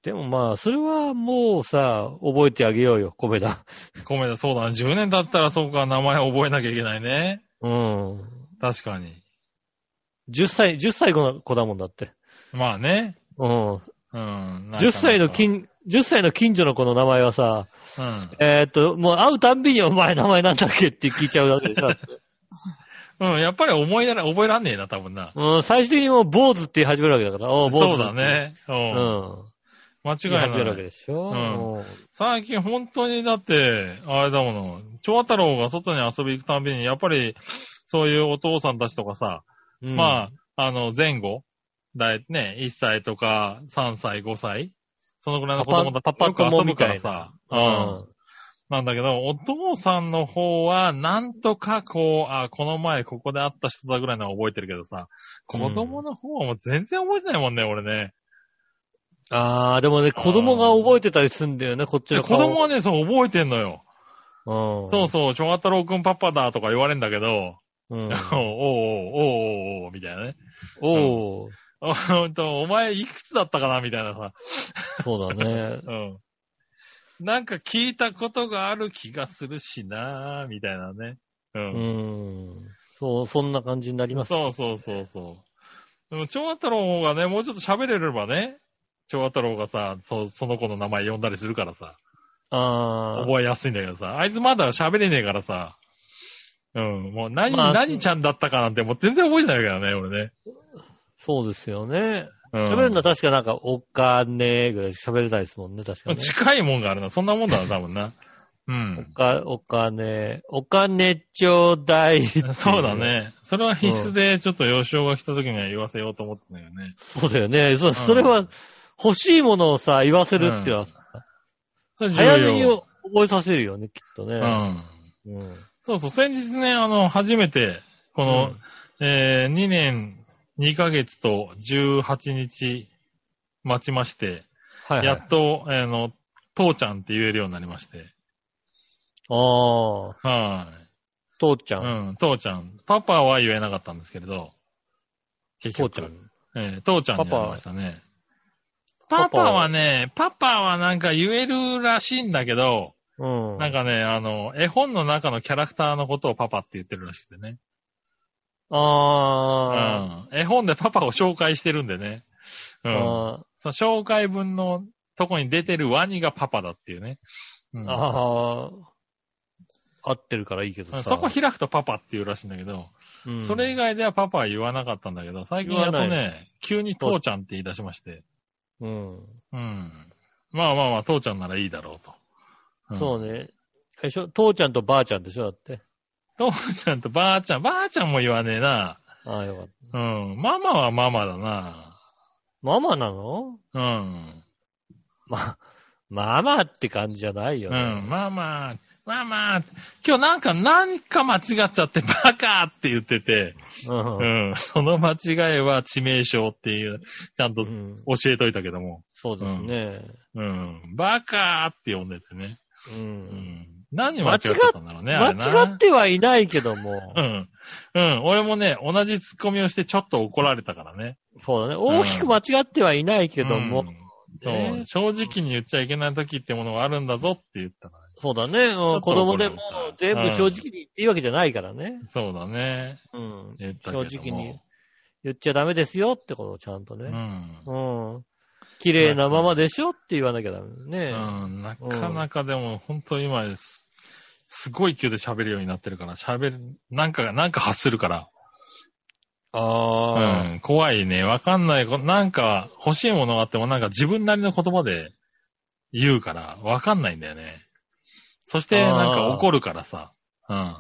でもまあ、それはもうさ、覚えてあげようよ、米田。
ごめんなさい、そうだね。10年経ったらそうか、名前覚えなきゃいけないね。
うん。
確かに。
10歳、10歳の子だもんだって。
まあね。
うん。
うん。
10歳の
金
近、10歳の近所の子の名前はさ、
うん。
えーっと、もう会うたんびにお前名前なんだっけって聞いちゃうわけでさ、
うん、やっぱり思い出ら、覚えらんねえな、多分な。
うん、最終的にもう坊主って言い始めるわけだから。お坊主。
そうだ。ね。う。
うんん。
間
違
違
い
い
始める
な
わけ
い。
でしょ。
うん
も
最近本当にだって、あれだもの、長太郎が外に遊び行くたびに、やっぱり、そういうお父さんたちとかさ、
う。うん
まあ、あの、前後、だいね、1歳とか、3歳、5歳、そのぐらいの子供たち
パパ
よく
パパ友
遊
み
ぶ
た
か
いな
らさ、
う
うん。
ん。
なんだけど、お父さんの方は、なんとかこう、あ、この前ここで会った人だぐらいのは覚えてるけどさ、
うん
子供の方はもう全然覚えてないもんね、俺ね。
ああ、でもね、子供が覚えてたりすんだよね、こっち
で
の
子
顔。
供はね、そう覚えてんのよ。
うん。
そうそう、ちょがたろうくんパパだとか言われんだけど、
う。ん
おう。おうおうおうおうみたいなね。
おー、
おほんとお前いくつだったかなみたいなさ。
そうだね。
うん。なんか聞いたことがある気がするしなーみたいなね。
う
う。
んん。そう、そんな感じになります。
そうそうそうそう。でも、蝶太郎の方がね、もうちょっと喋れればね、蝶太郎がさ、そその子の名前呼んだりするからさ、
ああ。
覚えやすいんだけどさ、あいつまだ喋れねえからさ、うん、もう何、
まあ
何ちゃんだったかなんてもう全然覚えてないからね、俺ね。
そうですよね。
うん
喋るのは確かなんか、お金ぐらいしか喋れないですもんね、確かね。
近いもんがあるな、そんなもんだな、多分 な。う
お
ん。
か、お金、お金ちょうだい。
そうだ。ね。それは必須で、ちょっと幼少が来た時には言わせようと思ってんだよね。
そうだよね。そそれは、欲しいものをさ、言わせるっていうのは、
それ重要
早めに覚えさせるよね、きっと
う
ね。
ん。
うん。
そうそう、先日ね、あの、初めて、この、えー、2年2ヶ月と18日待ちまして、
はい、
や
はい。
っと、あの、父ちゃんって言えるようになりまして。
ああ、
は
父ちゃ。
い。うんん、父ちゃん。パパは言えなかったんですけれど。結
父
局
ちゃん。。
えー父ちゃんになりましたね。
パ
パ
パ
パはね、パパはなんか言えるらしいんだけど、
うん。
なんかね、あの、絵本の中のキャラクターのことをパパって言ってるらしくてね。う
あ
ん。絵本でパパを紹介してるんでね。う
あ、
ん。
あ
その紹介文のとこに出てるワニがパパだっていうね。う
ー
ん、
あー、合ってるからいいけどさ。
そこ開くとパパっていうらしいんだけど、
うん
それ以外ではパパは言わなかったんだけど、最近やっと
言わな
ね、急に父ちゃんって言い出しまして。
うん。
うん。まあまあまあ、父ちゃんならいいだろうと。ん
そうね。あれでしょ父ちゃんとばあちゃんでしょだって。
父ちゃんとばあちゃん、ばあちゃんも言わねえな。
ああ、よかった。
うん。ママはママだな。
ママなの
うん。
ま、ママって感じじゃないよ
う
ね。
ん。ママ、ママ、今日なんか、なんか間違っちゃって、バカって言ってて、
うん
うん。その間違いは致命傷っていう、ちゃんと
う
教
ん
えといたけども。
そうですね。
うん。バカって呼んでてね。
う。
うんん。何間違っちゃったんだろうね、あ
間
れな。
違ってはいないけども、
うん。うん。俺もね、同じツッコミをしてちょっと怒られたからね。
そうだね。大きく間違ってはいないけども、
うん
ね
そう、正直に言っちゃいけない時ってものがあるんだぞって言ったからね。
そうだね、
ょ
うん。
っ
子
と
供
怒
で
られ
も
た
全部正直に言っていいわけじゃないからね。
そうだね。
うん。
言ったけど
正
も
直に言っちゃダメですよってことをちゃんと
う
ね。
ん。
うん。綺麗なままでしょって言わなきゃダメだ
う
ね。
ん。なかなかでも、本当今です。すごい勢いで喋るようになってるから、喋る、なんか、なんか発するから。う
ああ、
ん。怖いね。わかんない。こなんか、欲しいものがあっても、なんか自分なりの言葉で言うから、わかんないんだよね。そして、なんか怒るからさ。うん。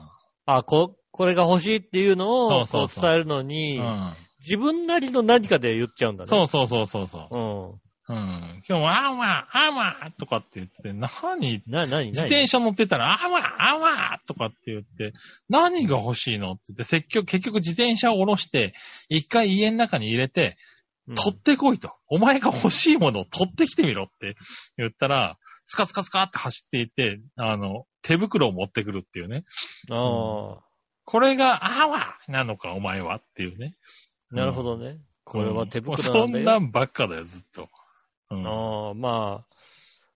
あ、こ、これが欲しいっていうのを
そ
こ
うそう
う
そう
伝えるのに、
うん。
自分なりの何かで言っちゃうんだね。
そうそうそうそうそ
う。
う。
うん。
うん。今日も、あーまあ、あーまあ、とかって言って、何
な、なに
自
なに
転車乗ってたら、あーまあ、あーまあ、とかって言って、何が欲しいのって言って、結局、結局自転車を下ろして、一回家の中に入れて、取ってこいと。お前が欲しいものを取ってきてみろって言ったら、スカスカスカって走っていって、あの、手袋を持ってくるっていうね。
うんあ
これが、あーわなのか、お前はっていうね。
あ、なるほどね。これは手
う
袋なん
ん
だ
そん
よ。
なんばっかだよ、ずっと。うん
ああ、まあ。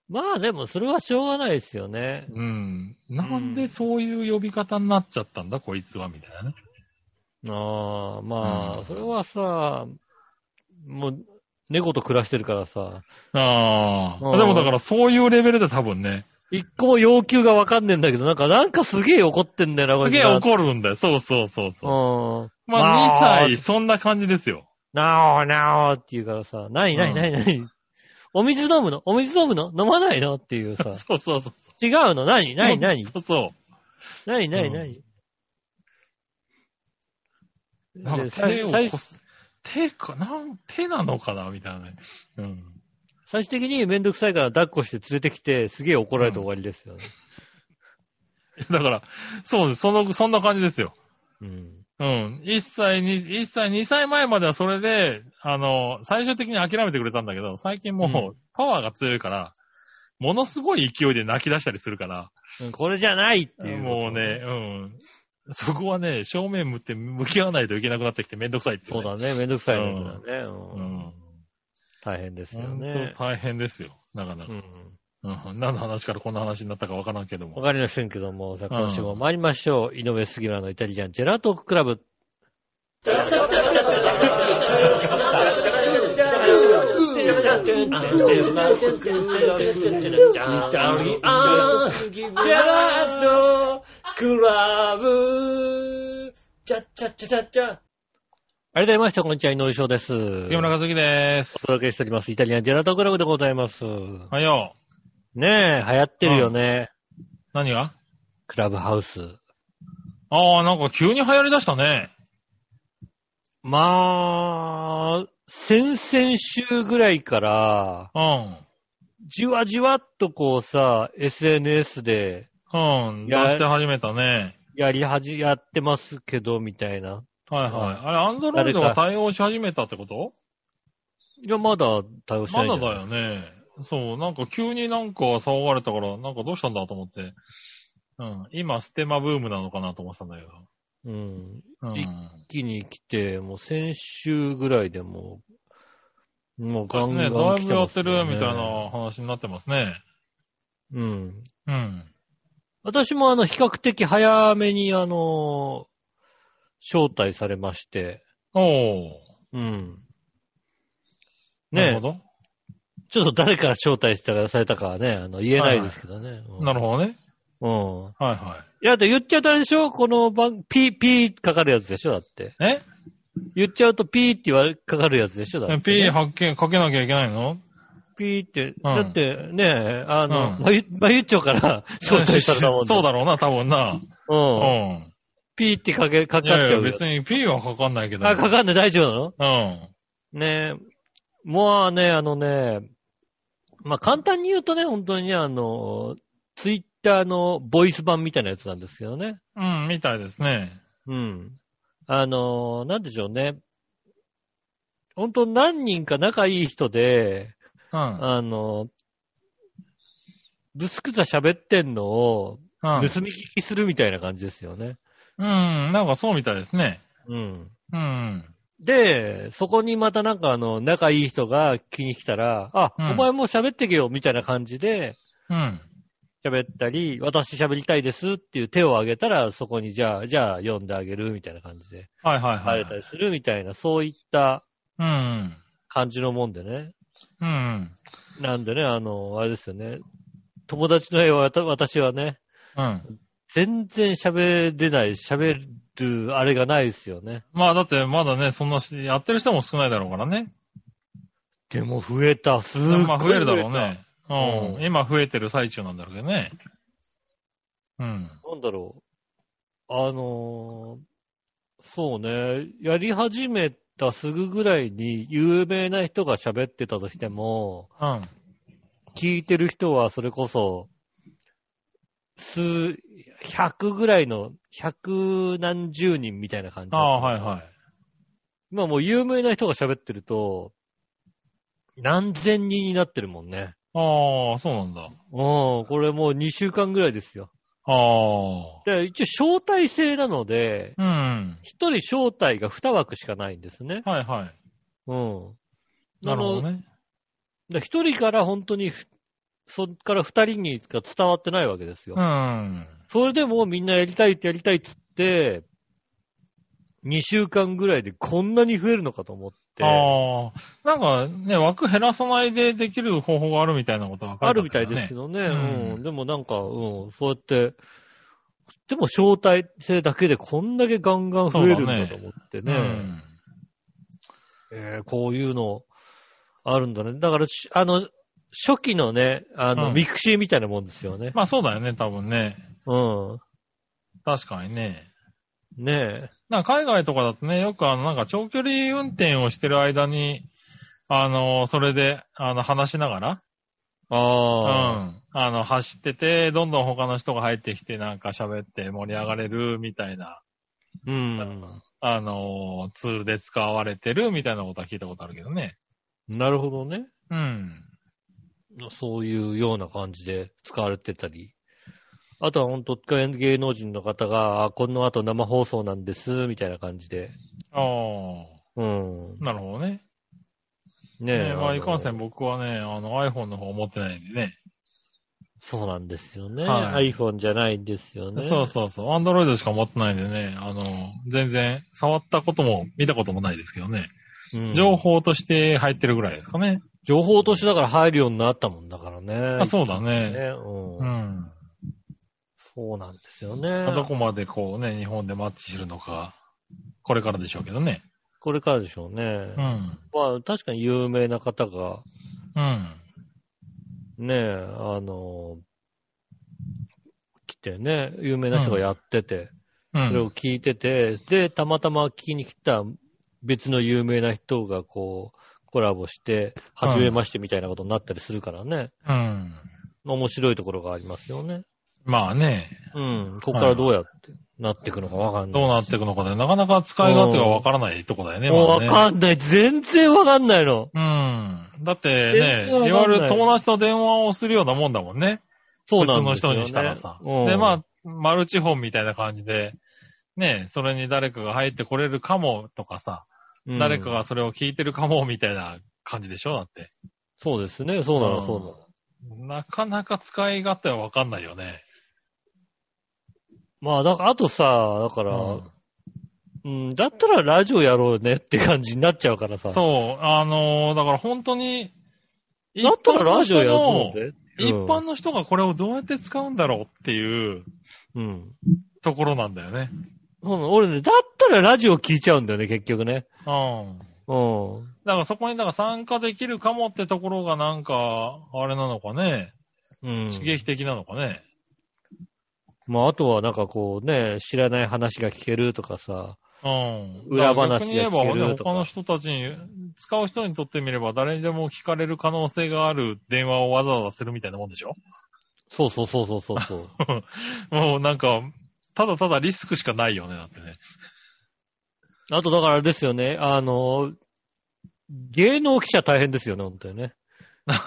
まあでも、それはしょうがないですよね。
うん。なんでそういう呼び方になっちゃったんだ、こいつは、みたいなね。
ああ、ま
う
あ、
ん
それはさ、もう、猫と暮らしてるからさ、
あ
うん
あ。でもだからそういうレベルで多分ね。
一個も要求がわかんねえんだけど、なんか、なんかすげえ怒ってんだよな、こ
す
れ。
げえ怒るんだよ。そうそうそうそう。
うん。ま
まあ
あ
2歳、そんな感じですよ。
なお、なおって言うからさ、なになになになにお水飲むのお水飲むの飲まないのっていうさ、
そうそうそう。
違うのなになになに
そうそ
なになになに
う。なん
で
か
最
手を
最
こす、手か、なん、手なのかなみたいなね。うん。
最終的にめんどくさいから抱っこして連れてきて、すげえ怒られて終わりですよね。
だから、そうです。その、そんな感じですよ。
うん。
うん。1歳、2、一歳、2歳前まではそれで、あの、最終的に諦めてくれたんだけど、最近もう、パワーが強いから、ものすごい勢いで泣き出したりするから、
うんこれじゃないっていう。
もうね、。うん。そこはね、正面向って向き合わないといけなくなってきてめんどくさいって、
そう。だね、めんどくさいですよね。
う
うん
ん。
大変ですよ
本
ね。
当大変ですよ。なかなか
う。ん。
うん。何の話からこんな話になったかわからんけど
わ
も。
かりませんけども、さあ、今週も参りましょう。井上杉村のイタリアンジェラートクラブ。ありがとうございました。こんにちは、井上翔です。
杉村和樹です
お。届けしております。イタリアンジェラートクラブでございます。
はよう。
ねえ、流行ってるよね。
何が
クラブハウス。
ああ、なんか急に流行り出したね。
まあ、先々週ぐらいから、
うん。
じわじわっとこうさ、SNS で
うん。
い
出
や
して始めたね。
やりはじ、やってますけど、みたいな。
はいはい。あれ、アンドロイ
誰
ド
か
が対応し始めたってこと
いや、まだ対応してな
ま
い
だ
じゃない
だよね。そう、なんか急になんか騒がれたから、なんかどうしたんだと思って。うん。今、ステマブームなのかなと思ってたんだけど。
うん。
うん。
い一気に来て、もう先週ぐらいでもう、もうガ
昔
ンガ
ね、だ
ン
い
来
ぶや
ま
っ
す
て
よね
るみたい。な話になってますね。
うん。
うん。
私もあの、比較的早めにあの、招待されまして、
お
うん。
ー。な
ね
る
え
ほ、ど。
ちょっと誰から招待したかされたかはね、あの、言えないですけどね。
なる
ほ
ほどね。
ど。うん。
はいはい
や、だって言っちゃったでしょこの番、ピー、ピーかかるやつでしょだって。
い。え
言っちゃうとピーって言われ、かかるやつでしょだって、
?P 発見かけなきゃいけないの
ピーって、だってね、あの、
うん
まゆ、まゆっちょから 招待されたもん
そう
だ。
だろうな、多分な。
う。
うんん。
ピーってかけ、かかっ
い
ちゃ
や
う
い
よ
や、別に P はかかんないけど。
あ、かかんない大丈夫なの
うん。
ねもうね、あのね、まあ、簡単に言うとね、本当にね、あの、ツイッターのボイス版みたいなやつなんですけどね。
うん、みたいですね。
うん。あの、なんでしょうね。本当何人か仲いい人で、
うん。
あの、ぶすくさ喋ってんのを
う
盗
ん。
み聞きするみたいな感じですよね。
うん、なんかそうみたいですね。
うん。
うん。
で、そこにまたなんかあの、仲いい人が気に来たら、あ、
うん
お前もう喋ってけよ、みたいな感じで、
うん。
喋ったり、私喋りたいですっていう手を挙げたら、そこにじゃあ、じゃあ読んであげるみたいな感じで、
はいはいは
入れ
い。
たりするみたいな、そういった
うん。
感じのもんでね。
うん。
なんでね、あの、あれですよね。友達の絵はわた私はね、
うん。
全然喋れない、喋るあれがないですよね。
まあだってまだね、そんなし、やってる人も少ないだろうからね。
でも増えた、すっごい
まあ増えるだろう
増え
ね。うん。今増えてる最中なんだろうけどね。うん。
た。なんだろう。あのーそうね、やり始めたすぐぐらいに有名な人が喋ってたとしても、
うん。
聞いてる人はそれこそ、数、100ぐらいの、100何十人みたいな感じ。
ああ、はいはい。
今もう有名な人が喋ってると、何千人になってるもんね。
ああ、そうなんだ。
うん、これもう2週間ぐらいですよ。
ああ。
で一応招待制なので、
うん。
1人招待が2枠しかないんですね。
はいはい。
うん。
なるほどね。
1人から本当にふ、そっから2人にしか伝わってないわけですよ
う。ん。
それでもみんなやりたいってやりたいっつって、2週間ぐらいでこんなに増えるのかと思っって、あ
ああ。なんかね、枠減らさないでできる方法があるみたいなことが書いて
るみたい
からね
ですよね。う
うん
ん。でもなんか、うん、そうやって、でも招待制だけでこんだけガンガン増えるんだと思ってね。
うん
えーこういうのあるんだね。だからし、あの、初期のね、あの、
うん
ミクシーみたいなもんですよね。
まあそうだよね、多分ね。
うん。
確かにね。
ねえ。
なんか海外とかだとね、よくあの、なんか長距離運転をしてる間に、あの、それで、あの、話しながら、う
ああ。
ん。あの、走ってて、どんどん他の人が入ってきて、なんか喋って盛り上がれるみたいな、
うん。
あの、ツールで使われてるみたいなことは聞いたことあるけどね。
なるほどね。
うん。
そういうような感じで使われてたり。あとは本当芸能人の方が、あこの後生放送なんです、みたいな感じで。
ああ、
うん。
なるほどね。
ねえ。
ねまあ、いかんせ
あ
ん
の
僕はね、あの iPhone の方持ってないんでね。
そうなんですよね。
は
iPhone じゃないんですよね。
そうそうそう。Android しか持ってないんでね、あの、全然触ったことも見たこともないですけどね。
うん
情報として入ってるぐらいですかね。
情報としてだから入るようになったもんだからね。
あそうだね
ねうん
うん。
そうなんですよね。
まあどこまでこうね、日本でマッチするのか、これからでしょうけどね。
これからでしょうね
う。ん。
まあ確かに有名な方が、
うん。
ねえ、あの、来てね、有名な人がやってて、
う
それを
ん。
聞いてて、で、たまたま聞きに来た別の有名な人がこう、コラボして、初めましてみたいなことになったりするからね、
うん。
面白いところがありますよね。
まあね、
うん。ここからどうやってなっていくのかわかんない。
どうなっていくのかね、なかなか使い勝手がわからないとこだよね、
もう
ま
わ
だね。
かんない。全然わかんないの。
うん。だって
全
ね、
然わ
い
かんない
わゆる友達と電話をするようなもんだもんね。
そうなんで
普
す
通
よ、
の
ね。
人にしたらさ。
うん
で、まあ、マルチホンみたいな感じで、ね、それに誰かが入ってこれるかもとかさ、
うん
誰かがそれを聞いてるかもみたいな感じでしょだって。
そうですね。そうなの、そうなの。
なかなか使い勝手はわかんないよね。
まあ、だから、あとさ、だか
う
ら、
ん
うん、だったらラジオやろうねって感じになっちゃうからさ。
そう、あのーだから本当に、
だったらラジオやろう
う
ぜ。
一般の人がこれをどうやって使うんだろうっていう
うん。うん
ところなんだよね。
そうなの俺ね、だったらラジオ聞いちゃうんだよね、結局ね。
うん。
うん。
だからそこに、だから参加できるかもってところがなんか、あれなのかね。
うん。
刺激的なのかね。
まあ、あとはなんかこうね、知らない話が聞けるとかさ。
うん。
裏話
逆に言え
が聞け
ば、
る
ね、
とか
他の人たちに、使う人にとってみれば、誰にでも聞かれる可能性がある電話をわざわざするみたいなもんでしょ
そうそうそうそうそう そう。
もうなんか、ただただリスクしかないよね、だってね。
あとだからあれですよね、あの、芸能記者大変ですよね、本当にね。
確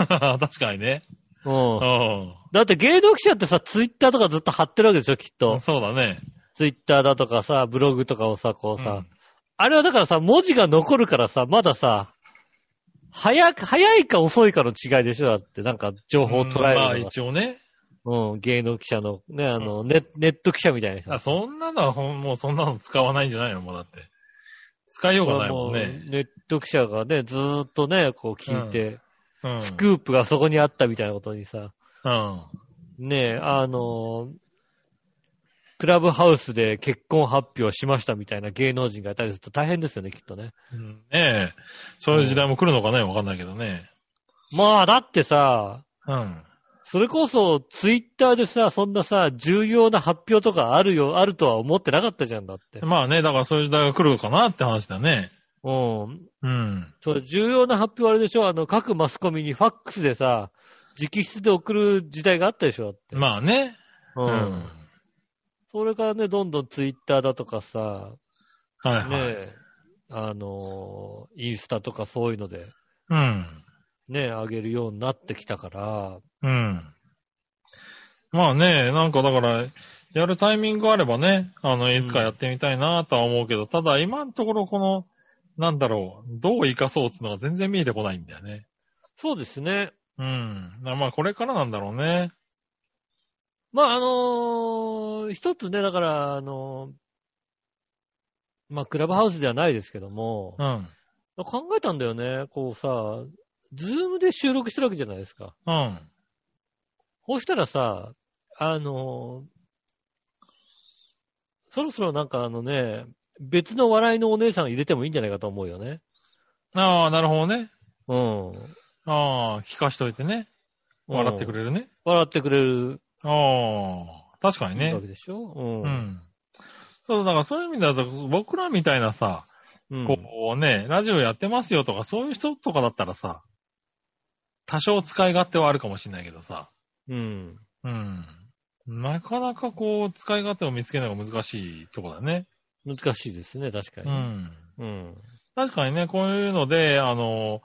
かにね。
うん
う。ん。
だって芸能記者ってさ、ツイッターとかずっと貼ってるわけでしょ、きっと。
そうだね。
ツイッターだとかさ、ブログとかをさ、こうさ、
うん
あれはだからさ、文字が残るからさ、まださ、早く、早いか遅いかの違いでしょだって、なんか情報を捉
うんま
え
あ
るのが、
一応ね。
うん、芸能記者の、ね、あの、ネネット記者みたいなさ。
あそんなのはほん、もうそんなの使わないんじゃないのもうだって。使いようがないもんね。
ネット記者がね、ずーっとね、こう聞いて、
うん。
スクープがそこにあったみたいなことにさ、
うん。
ねえ、あのークラブハウスで結婚発表しましたみたいな芸能人がいたりすると大変ですよね、きっとね。
うんねえ。そういう時代も来るのかねわかんないけどね。
まあ、だってさ、
うん。
それこそツイッターでさ、そんなさ、重要な発表とかあるよ、あるとは思ってなかったじゃんだって。
まあね、だからそういう時代が来るかなって話だね。
うん。
うん。
そう、重要な発表あれでしょあの、各マスコミにファックスでさ、直筆で送る時代があったでしょだって。
まあね。
う。
うんん。
それからね、どんどんツイッターだとかさ、
はいはい。
ねえ、あのーインスタとかそういうので、
うん。
ね、あげるようになってきたから、
うん。まあね、なんかだから、やるタイミングあればね、あの、いつかやってみたいなとは思うけど、ただ今のところこの、なんだろう、どう活かそうっていうのが全然見えてこないんだよね。
そうですね。
うん。まあこれからなんだろうね。
まあ、あのー一つね、だから、あのーまあ、クラブハウスではないですけども
う、ん。
考えたんだよね。こうさ、ズームで収録してるわけじゃないですか。
うん。
そうしたらさ、あのそろそろなんかあのね、別の笑いのお姉さん入れてもいいんじゃないかと思うよね。
ああ、なるほどね。
うん。
ああ、聞かしといてね。笑ってくれるね。
笑ってくれる
ああ、確かにね
わ。けでしょ、うん
う。ん。そう、だからそういう意味だと、僕らみたいなさ、
うん。
こうね、ラジオやってますよとか、そういう人とかだったらさ、多少使い勝手はあるかもしれないけどさ、
うん。
うん。なかなかこう、使い勝手を見つけるのが難しいとこだね。
難しいですね、確か
う
に。
ん。
うん。
確かにね、こういうので、あの、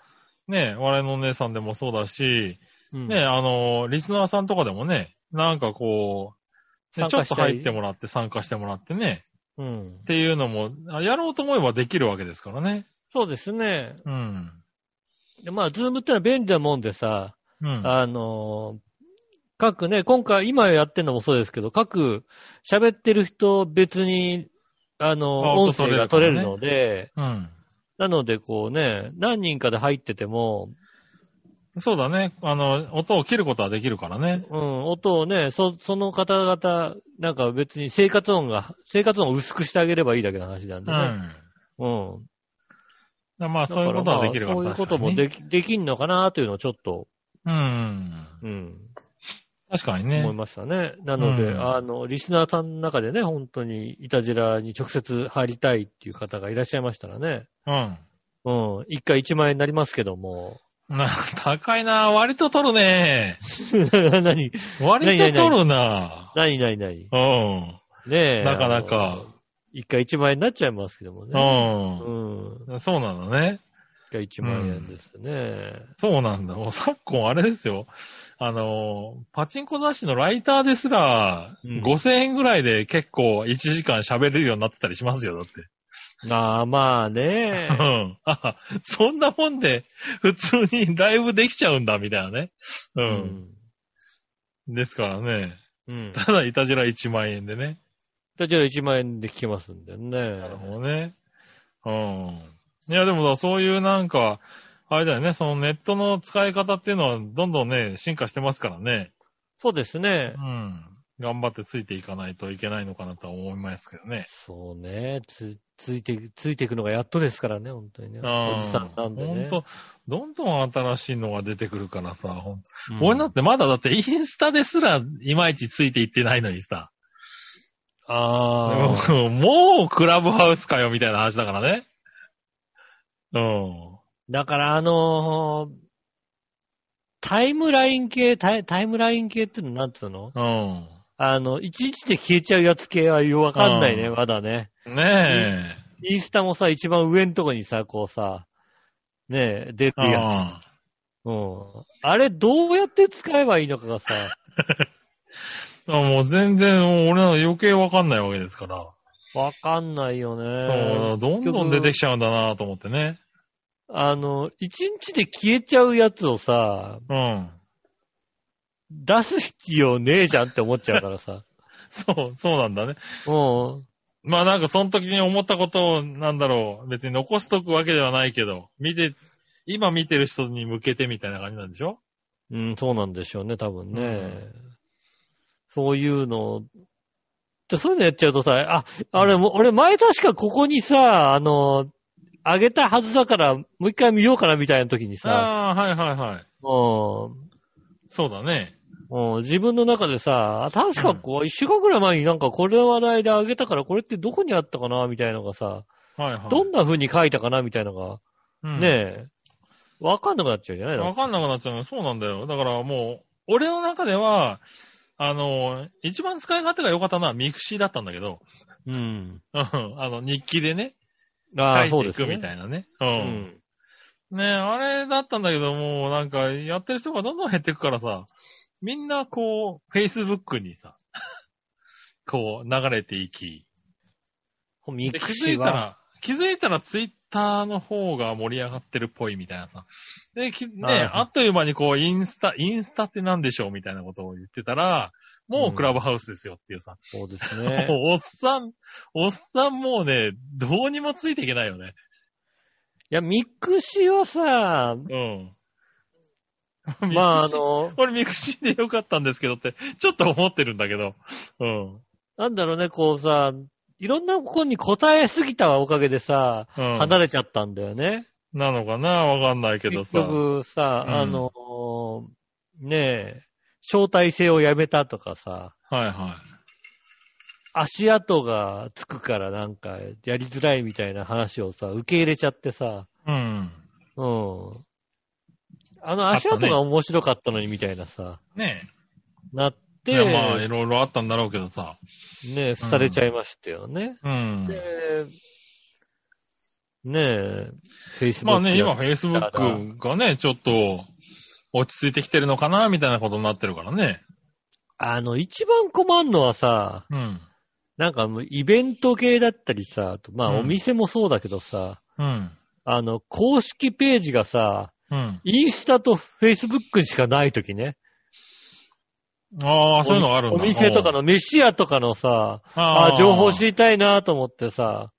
ね、我々のお姉さんでもそうだし、
うん。
ね、あの、リスナーさんとかでもね、なんかこう、ね
参
ちょ
加
っ
した
と
い
入ってもらって参加してもらってね、
うん
っ。ていうのも、あやろうと思えばできるわけですからね。
そうですね。
うん。
でまあ、ズームってのは便利なもんでさ、
うん。
あの各ね、今回、今やってるのもそうですけど、各喋ってる人別に、あの
あ
音声が取れるので、
うん。
なのでこうね、何人かで入ってても、
そうだね。あの、音を切ることはできるからね。
うん、音をね、そ、その方々、なんか別に生活音が、生活音を薄くしてあげればいいだけの話なん
う
でね。
ん。
うん。
まあ、そういうことはできるから
そういうことも
確か
で
にね
き、できんのかなというのをちょっと、
うん。
うん、
確かに
思い
ね。
ましたね。なので、
うん
あの、リスナーさんの中でね、本当に、イタジラに直接入りたいっていう方がいらっしゃいましたらね、
うん。
うん、一回1万円になりますけど も、
な、高いな。割と取るね。
何、
割と取るな。
何、何、何、
うん。
ねえ。
なかな
あ
か
の。。一回1万円になっちゃいますけども
う
ね。
ん。
うん。
そうなのね。
一回1万円ですね。
そうなんだ。もう昨今あれですよ。あの、パチンコ雑誌のライターですら、
うん
5000円ぐらいで結構1時間喋れるようになってたりしますよ、だって。
ああ、まあ
う
ね。
ん。あ、そんなもんで、普通にライブできちゃうんだ、みたいなね。う。。
うん
ですからね。
うん。
ただ、いたじら1万円でね。
イタジラ1万円で聞けますんでね。
なるほどね。うん。いや、でもだ、そういうなんか、あれだよね、そのネットの使い方っていうのは、どんどんね、進化してますからね。
そうですね
う。ん。頑張ってついていかないといけないのかなとは思いますけどね。
そうね。つ、ついて、ついていくのがやっとですからね、本当にね。
う
おじさんなんでね。
ほんと、どんどん新しいのが出てくるからさ、ほん
うん
俺だってまだだってインスタですらいまいちついていってないのにさ。
あ あ。
もうクラブハウスかよみたいな話だからね。うん。
だからあのータイムライン系、タイタイムライン系っていうのなんつうの
うん。
あの、一日で消えちゃうやつ系はよくわかんないね、
うん
まだね。
ね
インスタもさ、一番上のとこにさ、こうさ、ねえ、出て
え。
るやつ。うん。あれ、どうやって使えばいいのかがさ、
うんもう全然、もう俺は余計わかんないわけですから。
わかんないよ
そう
ね。
どんどん出て
結局
きちゃうんだなと思ってね。
あの、一日で消えちゃうやつをさ、
うん。
出す必要ねえじゃんって思っちゃうからさ。
そう、そうなんだね。
うん。
まあなんかその時に思ったことを、なんだろう、別に残しとくわけではないけど、見て、今見てる人に向けてみたいな感じなんでしょ
うん、そうなんでしょうね、多分ね。
うん
そういうの、でそういうのやっちゃうとさ、あ、あれ、もう俺前確かここにさ、あの、あげたはずだから、もう一回見ようかなみたいな時にさ、
ああ、はいはいは
う
い。
ん
そうだね。
うん自分の中でさ、確かこう、一週間くらい前になんかこれの話題であげたから、これってどこにあったかなみたいなのがさ、
はいはい。
どんな風に書いたかなみたいなのが、
うん
ねえ、わかんなくなっちゃうじゃない
わ
の
かんなくなっちゃうの。そうなんだよ。だからもう、俺の中では、あの、一番使い勝手が良かったのはミクシーだったんだけど、
うん。
うんあの、日記でね、
あ
書
あ、そう
いて
で
い
す
く
ね
み。たいなね。
う
うん
ん。
ねあれだったんだけど、もうなんか、やってる人がどんどん減っていくからさ、みんなこう、Facebook にさ、 こう、流れていき、
ミ
で
ク
気
シ
づ
ー
いた
は。
ら、気づいたらツイッターの方が盛り上がってるっぽいみたいなさ。で、きね、
はいはい
あっという間にこう、インスタ、インスタって何でしょうみたいなことを言ってたら、もうクラブハウスですよっていうさ。
そうです ね。
もうおっさん、おっさんもうね、どうにもついていけないよね。
や、ミクシはさ、
うん。
まあ、あ
ミクシィ、
の、
これミクシィでよかったんですけどって、ちょっと思ってるんだけど。うん。
なんだろうね、こうさ、いろんなことに答えすぎたおかげでさ、
うん、
離れちゃったんだよね。
なのかなわかんないけど
結
さ。
局さ、
うん
あの、ねえ、招待制をやめたとかさ、
はいは
足跡がつくからなんかやりづらいみたいな話をさ、受け入れちゃってさ、
い。うん。
うん。あの足跡が面白かったのにみたいなさ、
ね
なっ
え。
て、
いやまあ、いろいろあったんだろうけどさ。
ねえ、廃れちゃいましたよね。
うん。
で、ねえ、フェイス
まあね、今、Facebook がね、ちょっと、落ち着いてきてるのかなみたいなことになってるからね。
あの、一番困るのはさ、
うん。
なんかもうイベント系だったりさ、あとまあ
うん
お店もそうだけどさ、
うん。
あの、公式ページがさ、
うん。
インスタとフェイスブックにしかないときね。
ああ、そういうのがあるんだ
お店とか
の、
の、飯屋とかのさ、
あ
あ
あ、
情報知りたいなと思ってさ、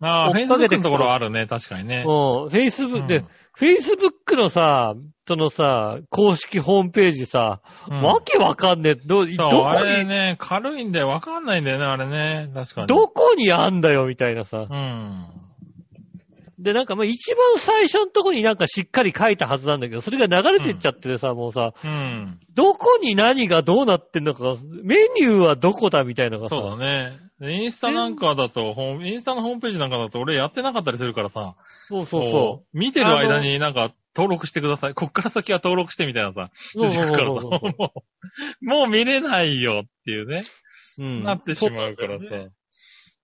ああ、
追っかけて
Facebook
くと
のところあるね、確かにね。
うん、フェイスブック、
う
で
ん、
フェイスブックのさ、そのさ、公式ホームページさ、
うん
わけわかんねえ。ど、ど
そう、あ
こ
れ
に、
ね、軽いんでわかんないんだよね、あれね。確かに。
どこにあんだよ、みたいなさ
う。ん。
で、なんかまあ一番最初のとこになんかしっかり書いたはずなんだけど、それが流れてっちゃってさ、もうさ、
うん。
どこに何がどうなってんのか、メニューはどこだみたいなのがさ、
そうだね。でインスタなんかだと、ホームインスタのホームページなんかだと俺やってなかったりするからさ。
そうそう
こ。
そう
見てる間になんか登録してください。こっから先は登録してみたいなさ。
う。そうそう
出
そ
てく
う
る
そう
からさもうもう見れないよっていうね。
うん
なってしまうから
そ
さ
なんだよね。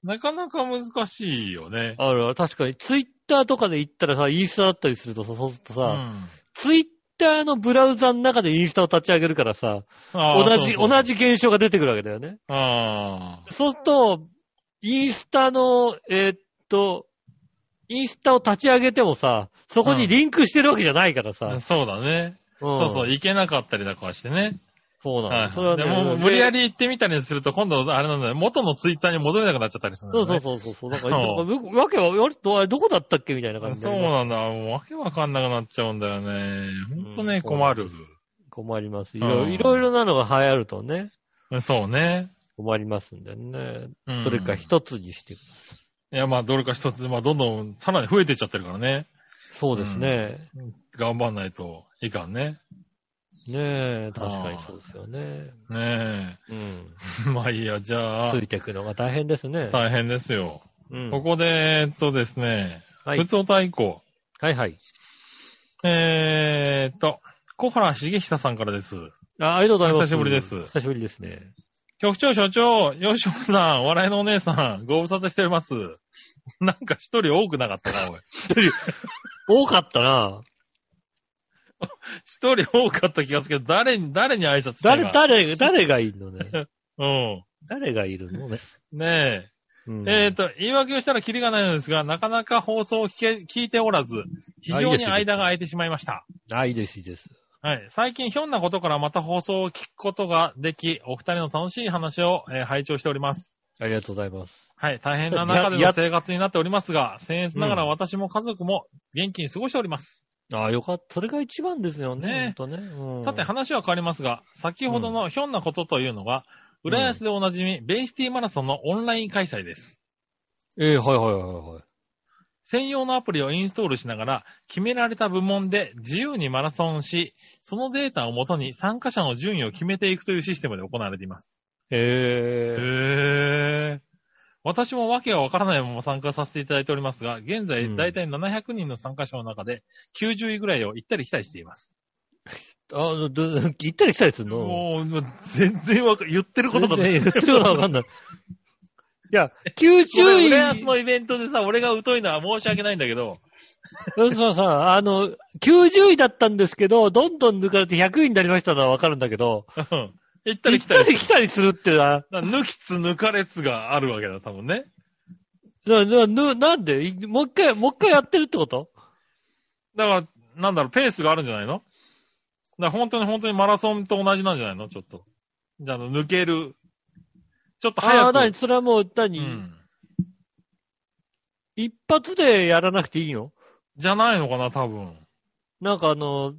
なかなか難しいよね。
あるある確かに、ツイッターとかで言ったらさ、インスタだったりするとさ、そうするとさ、
うん
ツイッターのブラウザの中でインスタを立ち上げるからさ、
あ
同
ー
じ、
そうそう
同じ現象が出てくるわけだよね。
あ
そうすると、インスタの、えーっと、インスタを立ち上げてもさ、そこにリンクしてるわけじゃないからさ
あ。。そうだね。
そ
そうそう、行けなかったりとかしてね。
そうなの。
はい
それはね
でも、無理や。り行ってみたりすると、今度、あれなんだよ、元のツイッターに戻れなくなっちゃったりするんだ
そう
よね。
そうそうそうそう。なんか、
うん
なんかわけは、あれどあれどこだったっけみたいな感じで。
そうなんだ。もうわけわかんなくなっちゃうんだよね。ほんと
う
ね、
ん
困る。
困ります。い
うん
ろいろいろなのが流行るとね、
そうね。
困りますんでね。
うん
どれか一つにして。
いや、まあ、どれか一つ、まあ、どんどん、さらに増えていっちゃってるからね。
そうですね。
頑張んないといかんね。
ねえ、確かにそうですよね。
ね
うん。
え。 まあいいや、じゃあ
つ、いていくのが大変ですね。
大変ですよ。
うん
ここで、えっとですね、
は
普
い。
通歌以降、
はいはい。
えーっと、小原茂久さんからです。
あありがとうございます。
お久しぶりです
久しぶりですね。
局長、所長、吉本さん、笑いのお姉さん、ご無沙汰しております。 なんか一人多くなかったな、おい。
多かったな。
一人多かった気がするけど、誰に、誰に挨拶した
誰、
か
誰、誰がいるのね。
うん。
誰がいるのね。
ねえ。
うん
えー、と、言い訳をしたらキリがないのですが、なかなか放送を聞け、聞いておらず、非常に間が空いてしまいました。
あ、いいです、いいです。
はい。最近ひょんなことからまた放送を聞くことができ、お二人の楽しい話を、えー拝聴しております。
ありがとうございます。
はい。大変な中で
やや
の生活になっておりますが、僭越ながら私も家族も元気に過ごしております。
あよかった。それが一番ですよね
ね。
ほんとね。うん
さて、話は変わりますが、先ほどのひょんなことというのが、浦安でおなじみ、ベイシティマラソンのオンライン開催です。
ええはいはいはいはい。
専用のアプリをインストールしながら、決められた部門で自由にマラソンし、そのデータをもとに参加者の順位を決めていくというシステムで行われています。へ
ええ
ー。私も訳がわからないまま参加させていただいておりますが、現
うん
在だいたい700人の参加者の中で、90位ぐらいを行ったり来たりしています。
あの、ど行ったり来たりするの
もう、もう全然わか、言ってることが
全然言ってることわかんない。いや、90
俺、
位。
浦安のイベントでさ、俺が疎いのは申し訳ないんだけど、
そうそうそう。あの、90位だったんですけど、どんどん抜かれて100位になりましたのはわかるんだけど、
うん行ったり
行
来
ったた
り
り
してる
来たりするってな、
だから抜きつ抜かれつがあるわけだ、多分ね。
な、な、ななんでいもう一回、もう一回やってるってこと
だから、なんだろう、ペースがあるんじゃないのだから本当に本当にマラソンと同じなんじゃないのちょっと。じゃあ、抜ける。ちょっと
ああ
早
ー、なに、
く。
それはもう、なに、
うん
一発でやらなくていいの
じゃないのかな、多分。
なんかあの、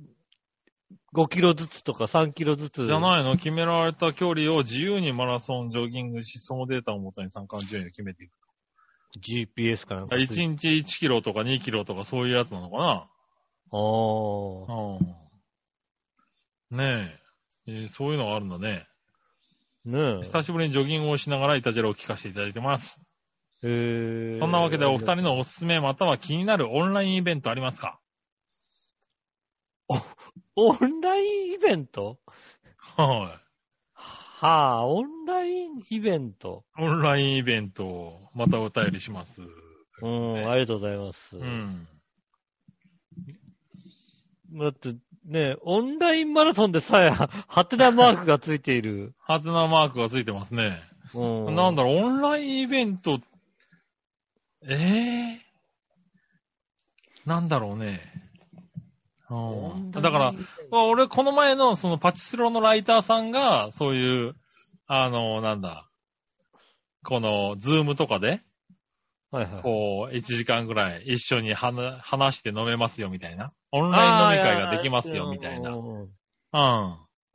5キロずつとか3キロずつ。
じゃないの決められた距離を自由にマラソン、ジョギングし、そのデータをもとに参加の順位を決めていく。
GPS かなんかついて。
1日1キロとか2キロとかそういうやつなのかな
ああ。
うん。ねええーそういうのがあるんだね。
ねえ。
久しぶりにジョギングをしながらイタジェラを聞かせていただいてます。
えー
そんなわけでお二人。のおすすめまたは気になるオンラインイベントありますか
オンラインイベント
は
はあ、オンラインイベント。
い。オンラインイベントをまたお便りします。
うん、ありがとうございます。
うん。
だって、ね、オンラインマラソンでさえ、ハテナマークがついている。
ハテナマークがついてますね。
うん。
なんだろう、オンラインイベント、ええなんだろうね。
オ
うん。
ンライ
だ
ン
から、まあ、俺、この前の、その、パチスロのライターさんが、そういう、あの、なんだ、この、ズームとかで、
はいはい。
こう、1時間ぐらい一緒に話話して飲めますよ、みたいな。オンライン飲み会ができますよ、みたいな。
うん
うん。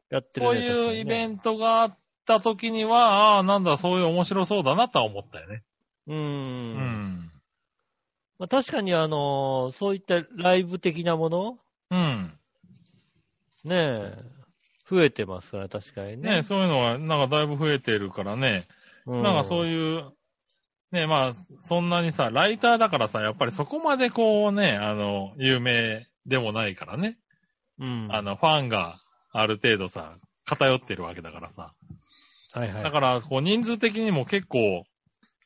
やってる
そういうイベントがあった時には、ああ、なんだ、そういう面白そうだなとは思ったよね。
ト。うん。
うん。
まあ、確かに、あのーそういったライブ的なもの
うん。
ねえ、増えてますから、確かにね。
ねそういうのは、なんかだいぶ増えてるからね。
う
なんかそう
う。
いう、ねまあ、そんなにさ、ライターだからさ、やっぱりそこまでこうね、あの、有名でもないからね。
うん。
あの、ファンがある程度さ、偏ってるわけだからさ。
はいはい。
だから、こう、人数的にも結構、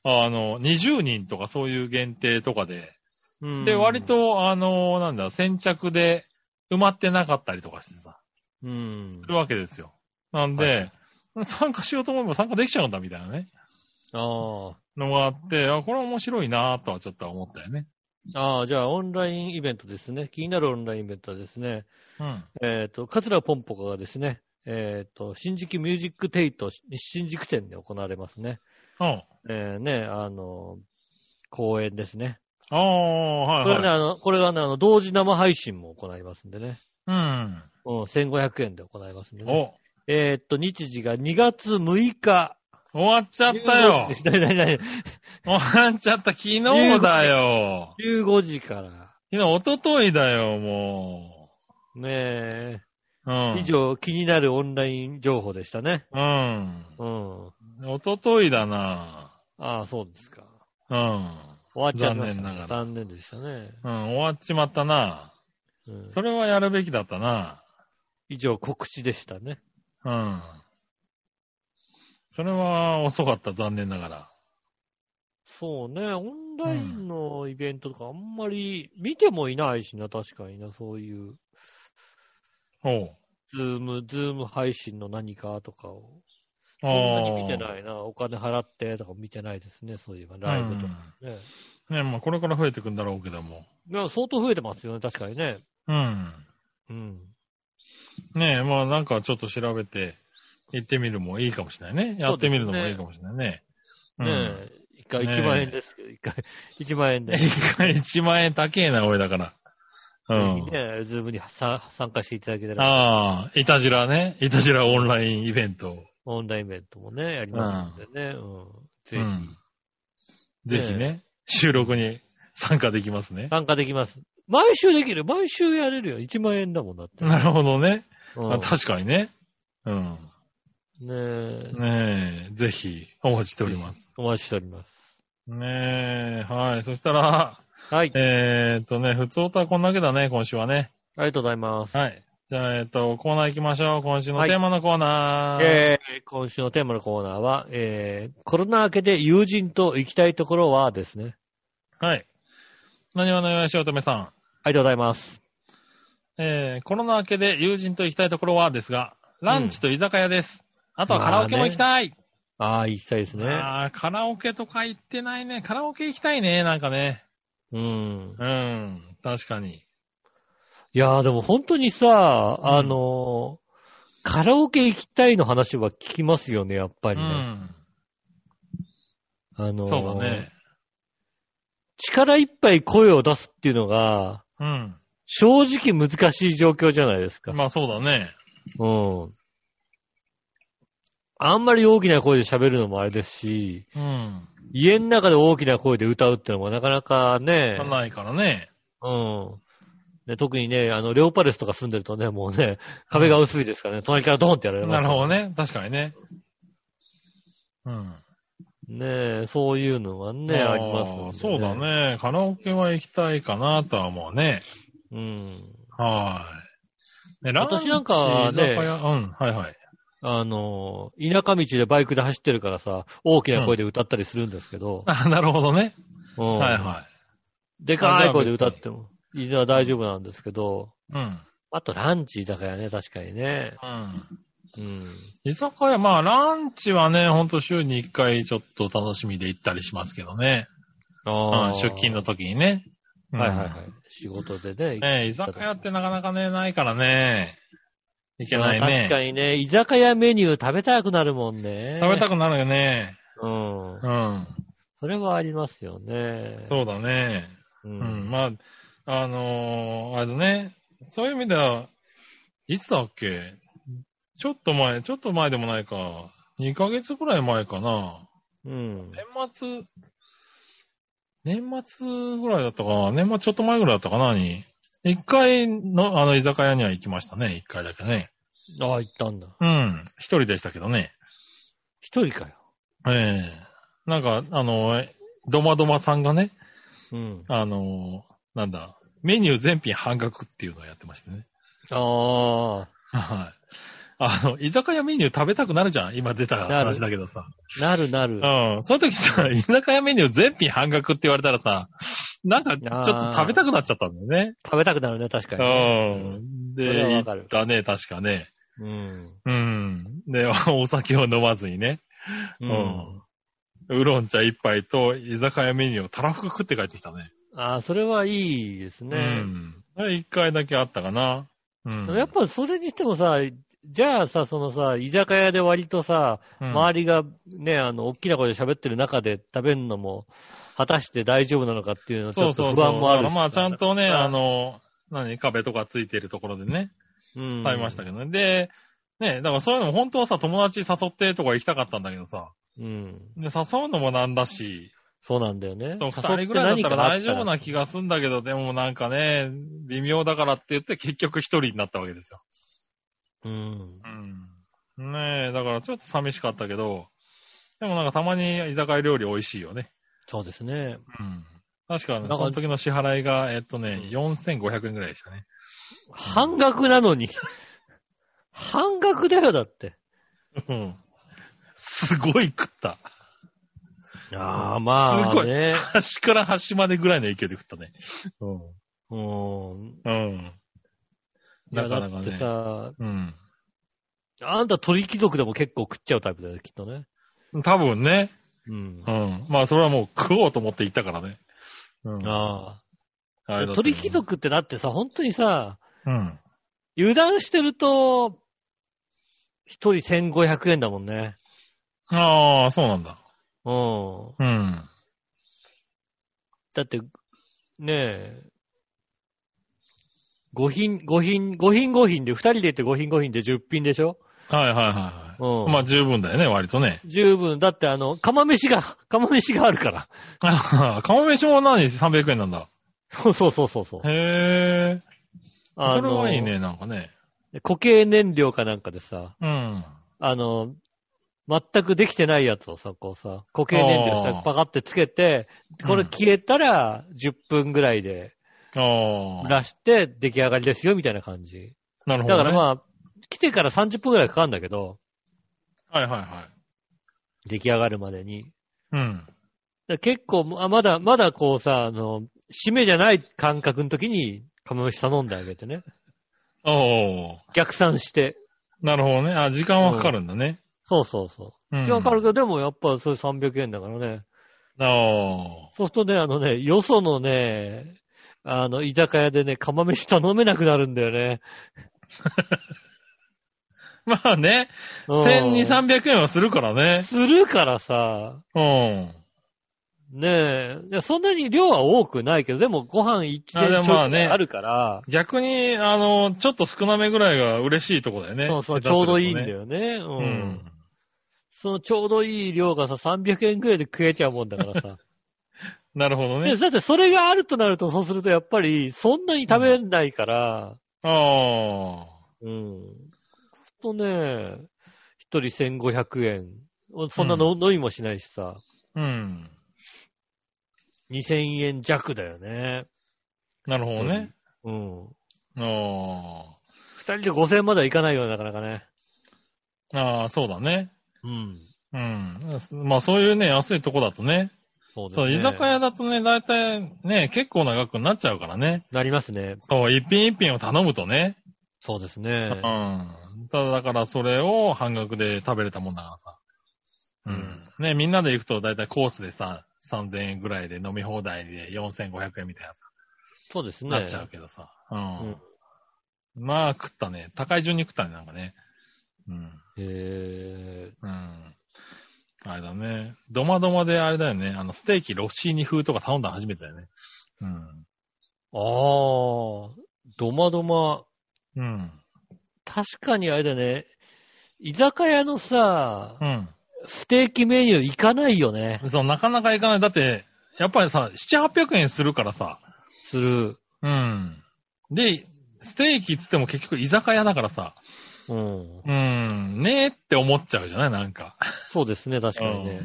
あの、20人とかそういう限定とかで、
うん
で、割、と、あの、なんだ、先着で埋まってなかったりとかしてさ、
うん。
するわけですよ。なんで、参加しようと思えば参加できちゃうんだみたいなね、
あ
のがあって、あ、これは面白いなぁとはちょっとは思ったよね。
あ。ああ、じゃあ、オンラインイベントですね。気になるオンラインイベントはですね、
うん。
えっ、と、桂ぽんぽこがですね、えっ、と、新宿ミュージックテイト、新宿店で行われますね。
うん。
えー、ね、あのー公演ですね。
ああ、
こ
は
れ
い
ね、
はい。
あの、これがね、あの、同時生配信も行いますんでね。
うん。
うん、1500円で行いますんでね。
お、
えーっと、日時が2月6日。
終わっちゃったよ。
なになになに
終わっちゃった。昨日だよ。
15時から。
昨日、一昨日だよ、も
ね
う。う
え。
ん。
以。上、気になるオンライン情報でしたね。
うん。
うん。
一昨日だな。
ああ、そうですか。
うん。
終わっちゃいました、ね。
残念ながら
残念でしたね。
うん、終わっちまったな。
うん、
それはやるべきだったな。
以上、告知でしたね。
うん。それは遅かった、残念ながら。
そうね、オンラインのイベントとかあんまり見てもいないしな、確かにな、そういう、
おう。
ズーム、ズーム配信の何かとかを。そ
あ
んなに
あ。
見てないな。お金払ってとか見てないですね、そういえば、ライブとかね。
うんね、まあこれから増えてくんだろうけども。
いや、相当増えてますよね、確かにね。
うん。
うん。
ねえ、まあなんかちょっと調べて、行ってみるもいいかもしれないね。やってみるのもいいかもしれないね。
ねえ、一回1万円ですけど、一回、1万 円
うん。
で、ぜ
一回1万円高えな、俺だから。う
ひ
ん。
ね、ズームにさ参加していただけたら、
ああ、いたじらね。いたじらオンラインイベント。
オンラインイベントもね、やりますんでね、うん。ぜひ、
うんぜひね、収録に参加できますね。
参加できます。毎週できる。毎週やれるよ。1万円だもんだって。
なるほどね。
うん
あ確かにね。うん。
ねえ、
ねえ、ぜひ、お待ちしております。
お待ちしております。
ねえ、はい。そしたら、
はい。
えー、っとね、普通音はこんだけだね、今週はね。
ありがとうございます。
はい。じゃあ、えーっと、コーナー行きましょう。今週のテーマのコーナー。
えー今週のテーマのコーナーは、えー、コロナ明けで友人と行きたいところはですね。
はい。何はないわしおとめさん。
ありがとうございます。
えー、コロナ明けで友人と行きたいところはですが、ランチと居酒屋です。あとはカラオケも行きたい。
ああ、行きたいですね。
ああ、カラオケとか行ってないね。カラオケ行きたいね、なんかね。
うん。
うん、確かに。
いやーでも本当にさ、あのーカラオケ行きたいの話は聞きますよね、やっぱ
う
りね。
ん、
あのー
そうだね。
力いっぱい声を出すっていうのが、
ううん。
正直難しい状況じゃないですか。
まあそうだね。
うん。あんまり大きな声で喋るのもあれですし、
うん。
家の中で大きな声で歌うってのもなかなかね、
ないからね。
うん。で特にね、あの、レオパレスとか住んでるとね、もうね、壁が薄いですからね、隣からドンってやられま
な
す。
るほどね。確かにね。うん。
ねえ、そういうのはね、
ー
ありますんで
そうだ。ね。カラオケは行きたいかなとは思うね。
うん。
はーい。ね、ランチ
私なんかはね
居酒屋うん、はいはい。
あの、田舎道でバイクで走ってるからさ、大きな声で歌ったりするんですけど、
あなるほどね。
うん
はいは
でかい声で歌っても、いいのは大丈夫なんですけど、
い。うん。
あとランチだからね、確かにね。
うん。
うん。
居酒屋、まあ、ランチはね、ほんと週に1回ちょっと楽しみで行ったりしますけどね。うん
あ、
出勤の時にね。うん
はいはいはい。仕事でね。
ねえ居酒屋ってなかなかね、ないからね。いけない
まあ
ね。
確かにね、居酒屋メニュー食べたくなるもんね。
食べたくなるよね。
うん。
うん。
それはありますよね。
そうだね。
う。。
うんん。まあ、あのーあれだね。そういう意味では、いつだっけちょっと前、ちょっと前でもないか。2ヶ月くらい前かな。
うん。
年末、年末ぐらいだったかな。年末ちょっと前ぐらいだったかなに。一回の、あの、居酒屋には行きましたね。一回だけね。
ああ、行ったんだ。
うん。一人でしたけどね。
一人かよ。
ええなんか、あの、ドマドマさんがね、
うん。
あの、なんだ、メニュー全品半額っていうのをやってましてね。
あ
はい。あの、居酒屋メニュー食べたくなるじゃん今出た話だけどさ。
あ、なるな
う
る。
ん。その時さ、居酒屋メニュー全品半額って言われたらさ、なんかちょっと食べたくなっちゃったんだよね。
食べたくなるね、確かに
う
ね。
ん。
それは
で、
わか
行
る
ったね、確かね。
うん。
うん。で、 お酒を飲まずにね。
う。
うんん。ウーロン茶一杯と居酒屋メニューをたらふく食って帰ってきたね。
ああ、それはいいですね。
うん。一回だけあったかな。うん。
やっぱそれにしてもさ、じゃあさ、そのさ、居酒屋で割とさ、
ぱ
周りがね、あの、大きな声で喋ってる中で食べるのも、果たして大丈夫なのかっていうのはち
そ
ょ
う
っ
そうそ
と
う
不安もあるし。
まあ、ちゃんとね、
うん
あの、何、壁とかついてるところでね、
うん、
食べましたけどね。で、ね、だからそういうのも本当はさ、友達誘ってとか行きたかったんだけどさ、
うん。
で誘うのもなんだし、
そうなんだよね。
そ
誘っ
う、
て
二人ぐらいだったら
何
大
か
丈
あ
夫な気がすんだけど、でもなんかね、微妙だからって言って結局一人になったわけですよ。
うん。
うん。ねえ、だからちょっと寂しかったけど、でもなんかたまに居酒屋料理美味しいよね。
そうですね。
うん。確かね、
なんか
その時の支払いが、えっとね、4500円ぐらいでしたね。
半額なのに。半額だよ、だって。
うん。すごい食った。
ああ、ま
すご
あ
い
ね。
端から端までぐらいの勢いで食ったね。
うん。
うん。
いや
なかなか
だ
ね
ってさ、
うん。
あんた鳥貴族でも結構食っちゃうタイプだよ、きっとね。
多分ね。
うん
う。ん。まあ、それはもう食おうと思って行ったからね。うん。
ああ。
あれだったけ
鳥
ど
貴。族ってだってさ、本当にさ、
うん。
油断してると、一人1500円だもんね。
ああ、そうなんだ。
うん。
うん。
だって、ねえ、5品、5品、5品5品で、2人で行って5品5品で10品でしょ
はいはいは
う
い。
ん。
まあ、十分だよね、割とね。
十分。だってあの、釜飯が、 釜飯があるから。
ああ、釜飯も何 ?300 円なんだ。
そうそうそうそうそう。
へえ。
あ
そ
の
れはいいね、なんかね。
固形燃料かなんかでさ、
うん。
あの、全くできてないやつをさ、こうさ、固形燃料
あ
さ
ー、
パカってつけて、これ消えたら10分ぐらいで
ああ。
出して出来上がりですよ、みたいな感じ。
なる
だ
ほ
か
ど、ね。
らまあ、来てから30分ぐらいかかるんだけど、
あ。はいはいはい。
出来上がるまでに。
うん。
だから結構、あまだ、まだこうさ、あの、締めじゃない感覚の時に、釜飯頼んであげてね。
おー。
逆算して。
なるほどね。あ、時間はかかるんだね。
そうそうそうう。
ん
時間かかるけど、でもやっぱそれ300円だからね。
あ
そうするとね、あのね、よそのね、あの、居酒屋でね、釜飯頼めなくなるんだよね。
あ。まあね、
うん
1200、300円はするからね。
するからさ、
うん。
ねえ。いやそんなに量は多くないけど、でもご飯一
あで
年
も
ちょ
まあ
い
ね
ぐらいあるから、
逆に、あの、ちょっと少なめぐらいが嬉しいとこだよね。
そうそう、ち
下手す
ょ
ると
うどいいんだ
ね。
よね。うん。
うん。
そのちょうどいい量がさ、300円くらいで食えちゃうもんだからさ。
なるほど
で
ね。
だってそれがあるとなると、そうするとやっぱり、そんなに食べないから、
あ
うん。ほんとね、一人1500円。そんなの、飲みもしないしさ、
あ。うん。
2000円弱だよね。
なるほどね。
うん。
あ
二人で5000円まではいかないよ、なかなかね。
あ。ああ、そうだね。
うん。
うん。まあそういうね、安いとこだとね。
そうです
そう、
ね。
居酒屋だとね、だいたいね、結構長くなっちゃうからね。
なりますね。
そう、一品一品を頼むとね。
そうですね
う。ん。ただだからそれを半額で食べれたもんだからさ。うん。ね、みんなで行くとだいたいコースでさ、3000円ぐらいで飲み放題で4500円みたいなさ、
そうですね。
なっちゃうけどさ。うん。
うん
まあ食ったね。高い順に食ったね、なんかね。うん。
へー
うん。あれだね。ドマドマであれだよね。あの、ステーキロッシーニ風とか頼んだの初めてだよね。うん。
ああ、どまどま。
うん。
確かにあれだね。居酒屋のさ、
う
ステーキメニュー行かないよね。
ん。そう、なかなかいかない。だって、やっぱりさ、7、800円するからさ。
する。
うん。で、ステーキっつっても結局居酒屋だからさ。
うん。
うん。ねえって思っちゃうじゃないなんか。
そうですね、確かにね。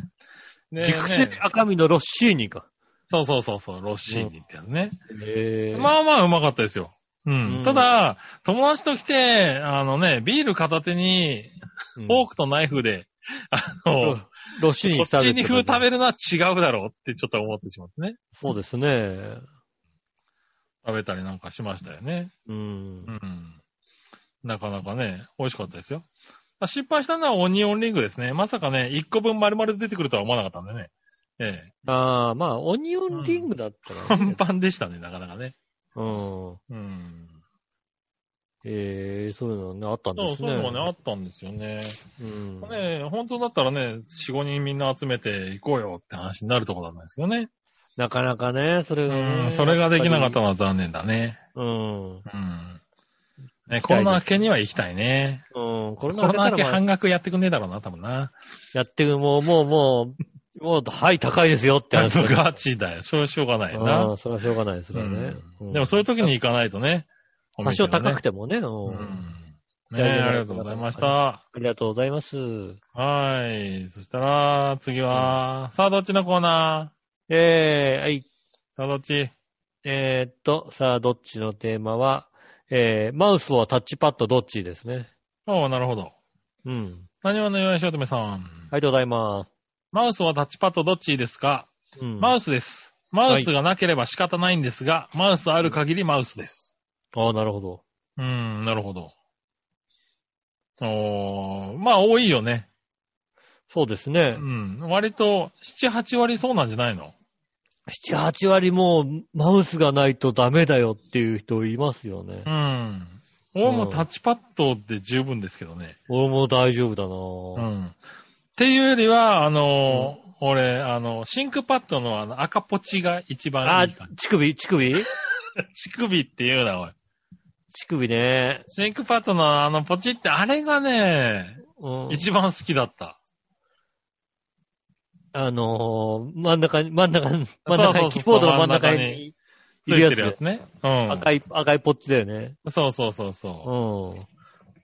ねえ
熟
ね
成赤身のロッシーニか。
そうそうそうそう、ロッシーニってやつね。
へー
まあまあうまかったですよ。う
うん
ん。ただ、友達と来て、あのね、ビール片手に、
う
フォー
ん
クとナイフで、あの、
ロロッシーニ
こっち
食べ
に風食べるのは違うだろうってちょっと思ってしまってね。
そうですね。
食べたりなんかしましたよね。
うん
う。ん。なかなかね、美味しかったですよ。まあ失敗したのはオニオンリングですね。まさかね、1個分丸々出てくるとは思わなかったんでね。ええ。
ああ、まあ、オニオンリングだったら
パン
ね、
パンでしたね、なかなかね。
うん。
うん。
ええそういうのね、あったんで
そう、
す
そう
ね。
いうのもね、あったんですよね。
うん。
ね本当だったらね、4、5人みんな集めて行こうよって話になるところなんですけどね。
なかなかね、それ
う
がね、
ん、それができなかった
やっ
のは残念だね。
ぱり。うん。
うん。ね、コロナ明けには行きたいね。
うん、コ
コ
ロナ
ロナ
禍
明
か
け
らまあ
半額やってくんねえだろうな、多分な。
やってる、もう、もう、もう、もう、はい、高いですよって話。
ガチだよ。それはしょうがないよ
う
な。
ん、それはしょうがないですよね。
うんでもそういう
と
時に行かないとね。お
多
店
少
がね
高くてもね、うん
うん。
じ
ね
ゃあ
ありがとうございました。
ありがとうございます。
はい。そしたら、次は、さあどっちのコーナ
えー、はい、
ーさあどっち
えー、っと、さあ、どっちのテーマは、えー、マウスはタッチパッドどっちですね。
おうなるほど。
うん。
何話のよいしおとめさん。
ありがとうございます。
マウスはタッチパッドどっちですか
うん。
マ
ウス
ウスです。マウスがなければ仕方ないんですが、マウスある限りマウスです。
ああ、なるほど。
うーん、なるほど。おー、まあ多いよね。
そうです
う
ね。
ん。割と、7、8割そうなんじゃないの
7、8割もうマウスがないとダメだよっていう人いますよね
う。ん。俺もタッチパッドで十分ですけどね。
俺も大丈夫だ
う
なぁ。
ん。っていうよりは、あのー俺、あの、シンクパッドのあの赤ポチが一番
あ
いい感、
乳首乳首
じ。乳首っていうな、おい。
乳首ね。
シンクパッドのあのポチって、あれがね、
うん。
一番好きだった。
あのー、真ん中に、真ん中に、真ん中
そ
に、
う
キ
そうそう
ーボードの真ん中
真ん中
に
つ
いる
いて
やつ
るや
で
つ。ね。うん。
赤い、赤いポッチだよね。
そうそうそうそ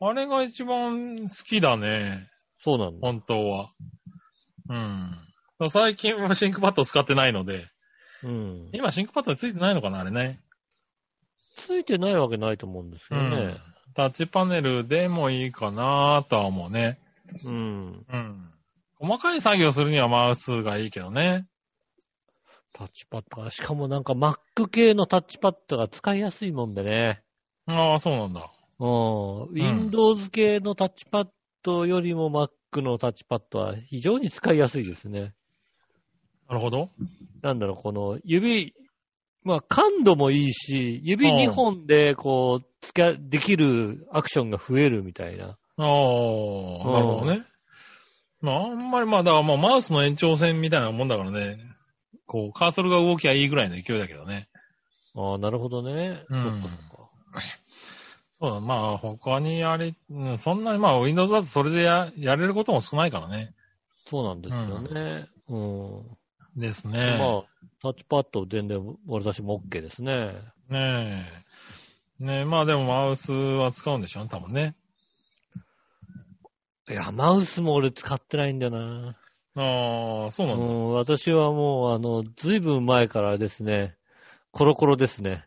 う。
うん。
あれが一番好きだね。
そうなんだ。
本当は。うん。最近はシンクパッド使ってないので、
うん。
今シンクパッドについてないのかな、あれね。
ついてないわけないと思うんですけどね。
タッチパネルでもいいかなとは思うね。
うん。
うん。細かい作業するにはマウスがいいけどね。
タッチパッドが、しかもなんか Mac 系のタッチパッドが使いやすいもんでね。
ああ、そうなんだ。
うん。Windows 系のタッチパッドよりも Mac のタッチパッドは非常に使いやすいですね。
なるほど。
なんだろう、この指、まあ感度もいいし、指
うん
2本でこう、つけ、できるアクションが増えるみたいな。
ああ、なるほどね。まあ、あんまりまあ、だからまあ、マウスの延長線みたいなもんだからね。こう、カーソルが動きゃいいぐらいの勢いだけどね。
ああ、なるほどね。
うん
そっかそっか。
そうだ、まあ、他にあれ、うん、そんなに、まあ、Windows だとそれでややれることも少ないからね。
そうなんですよね。うん。
です
ま
ね。
あ、タッチパッド全然私も OK ですね。
ねえ。ねえ、まあでもマウスは使うんでしょ多分ね。
いや、マウスも俺使ってないんだよな。
ああ、そう
う
なんだ。
ん、私はもう、あの、ずいぶん前からですね、コロコロですね。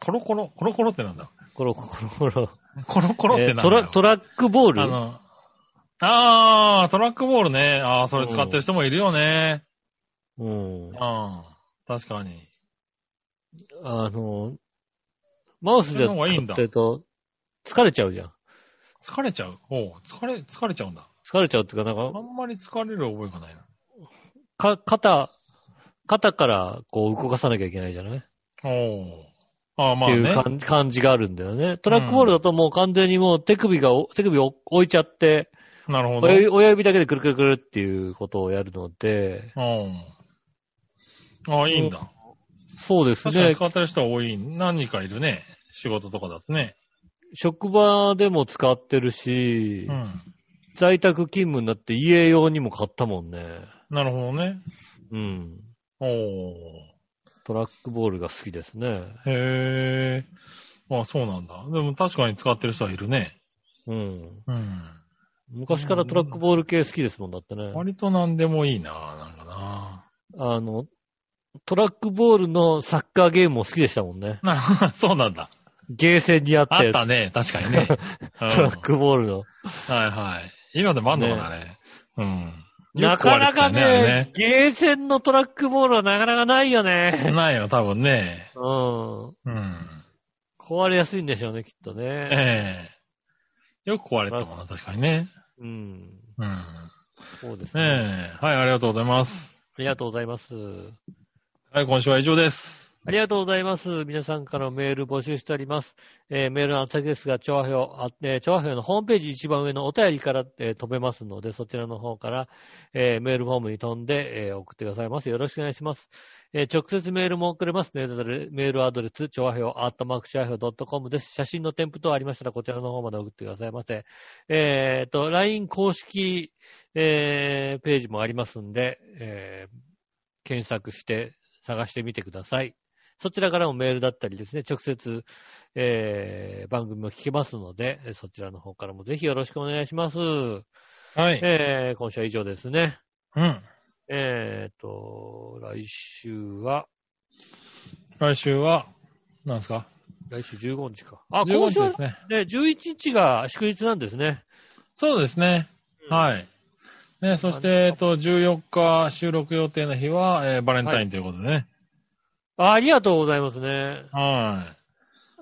コロコロ、コロコロってなんだ。
コロコロコロ。
コロコロって
え
な
ー
んだ。
トラトラックボール
あの、ああ、トラックボールね。ああ、それ使ってる人もいるよね。
うん
う。ん。確かに。
あの、マウスじゃ
その方がいいん
使
だ
ってると、疲れちゃうじゃん。
疲れちゃう。おう疲れ、疲れちゃうんだ。
疲れちゃうっていうか、なん
あんまり疲れる覚えがないな。
か、か、肩、肩からこう動かさなきゃいけないじゃない
おうああ、
っ
まあ
て
ね。
いう感,、感じがあるんだよね。トラックボールだともう完全にもう手首が、手首を置いちゃって、
なるほど。
親指親指だけでくるくるくるっていうことをやるので、
うん。ああ、いいんだ。
そうです
確かに
ね。
使ってる人は多い。何人かいるね。仕事とかだとね。
職場でも使ってるし、
うん。
在宅勤務になって家用にも買ったもんね。
なるほどね。
うん。
おー。
トラックボールが好きですね。
へー。ああ、そうなんだ。でも確かに使ってる人はいるね。
うん。
うん。
昔からトラックボール系好きですもんだってね。
割と何でもいいな、なんかな。
あの、トラックボールのサッカーゲームも好きでしたもんね。
な そうなんだ。
ゲーセンにあっ
あ
た
っ
やつ
たね、確かに ね。うん
トラックボールの。
はいはい。今でもあんのかな、あれ。うん。
なかなか
よくあるから
ね、ゲーセンのトラックボールはなかなかないよ
あれね
ね。
ないよ、多分ね。
うん。壊
うん。
れやすいんでしょうね、きっとね。
ええよく壊れたもんな、確かにね。
うん。
うん。
そうですね。
ねえはい、ありがとうございます。
ありがとうございます。
はい、今週は以上です。
ありがとうございます。皆さんからのメール募集しております。えーメールの宛先ですが、調和表、あえー調和表のホームページ一番上のお便りから、えー飛べますので、そちらの方から、えーメールフォームに飛んで、えー送ってくださいます。よろしくお願いします。えー直接メールも送れます。メールアドレメールアドレス、調和表、アットマーク調和表 .com です。写真の添付等ありましたら、こちらの方まで送ってくださいませ。えーと、LINE 公式、えーページもありますんで、えー検索して探してみてください。そちらからもメールだったりですね、直接、えー、番組も聞けますので、えーそちらの方からもぜひよろしくお願いします。
はい。
えー、今週は以上ですね。
うん。
えーと、来週は、
来週は、なんですか
来週15日か。あ、
15
今
日
週
で
は
すね。
ね、11日が祝日なんですね。
そうですね。はい。ね、そして、えっと、14日収録予定の日は、えーバレンタインということでね。
あありがとうございますね。
は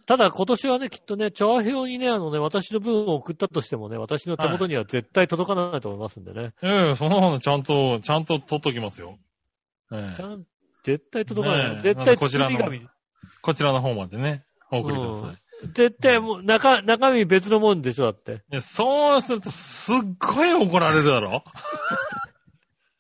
ただ今年はね、きっとね、調和表にね、あのね、私の分を送ったとしてもね、私の手元には絶対届かないと思いますんでね。
い。いやいや、その方のちゃんと、ちゃんと取っときますよ。ええ
ちゃん絶対届かない。
ねえ
絶
なん
対
でこちら
包
の
み紙。
こちらの方までね、お送りください。
絶対もう、中、中身別のもんでしょ、だって。
いやそうすると、すっごい怒られるだろ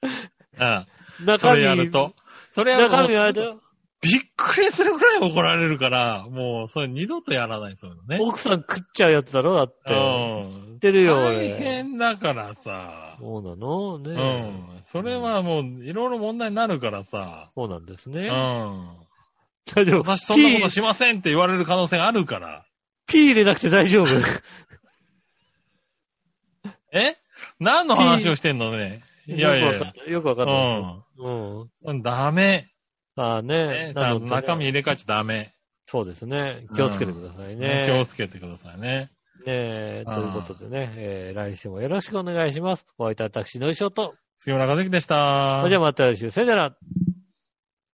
うん。そ
中身。
れやると。それやると
中身あれだよ。
びっくりするぐらい怒られるから、もう、それ二度とやらない、そういうのね。
奥さん食っちゃうやつだろ、だって。
うん
知っ。てるよ、
大
俺。
変だからさ。
そうなのね
う
え、
ん。それはもう、いろいろ問題になるからさ。
そうなんです
う
ね。
ん。
大丈夫。
私そんなこと
ピー
しませんって言われる可能性があるから。
ピー入れなくて大丈 夫。
え何の話をしてんのね。いやいやい
よくわ
や
か。よくわかんないですよ。うん。
うん。ダメ。
ああね。
ねちゃんと
ので
中身入れ替えちゃダメ。
そうですね。気をつけてくださいね。
気をつけてくださいね。
ねえということでね、えー来週もよろしくお願いします。お会いいたい私、のいしょと。
杉村和樹でした。
それじゃあまた来週。さよなら。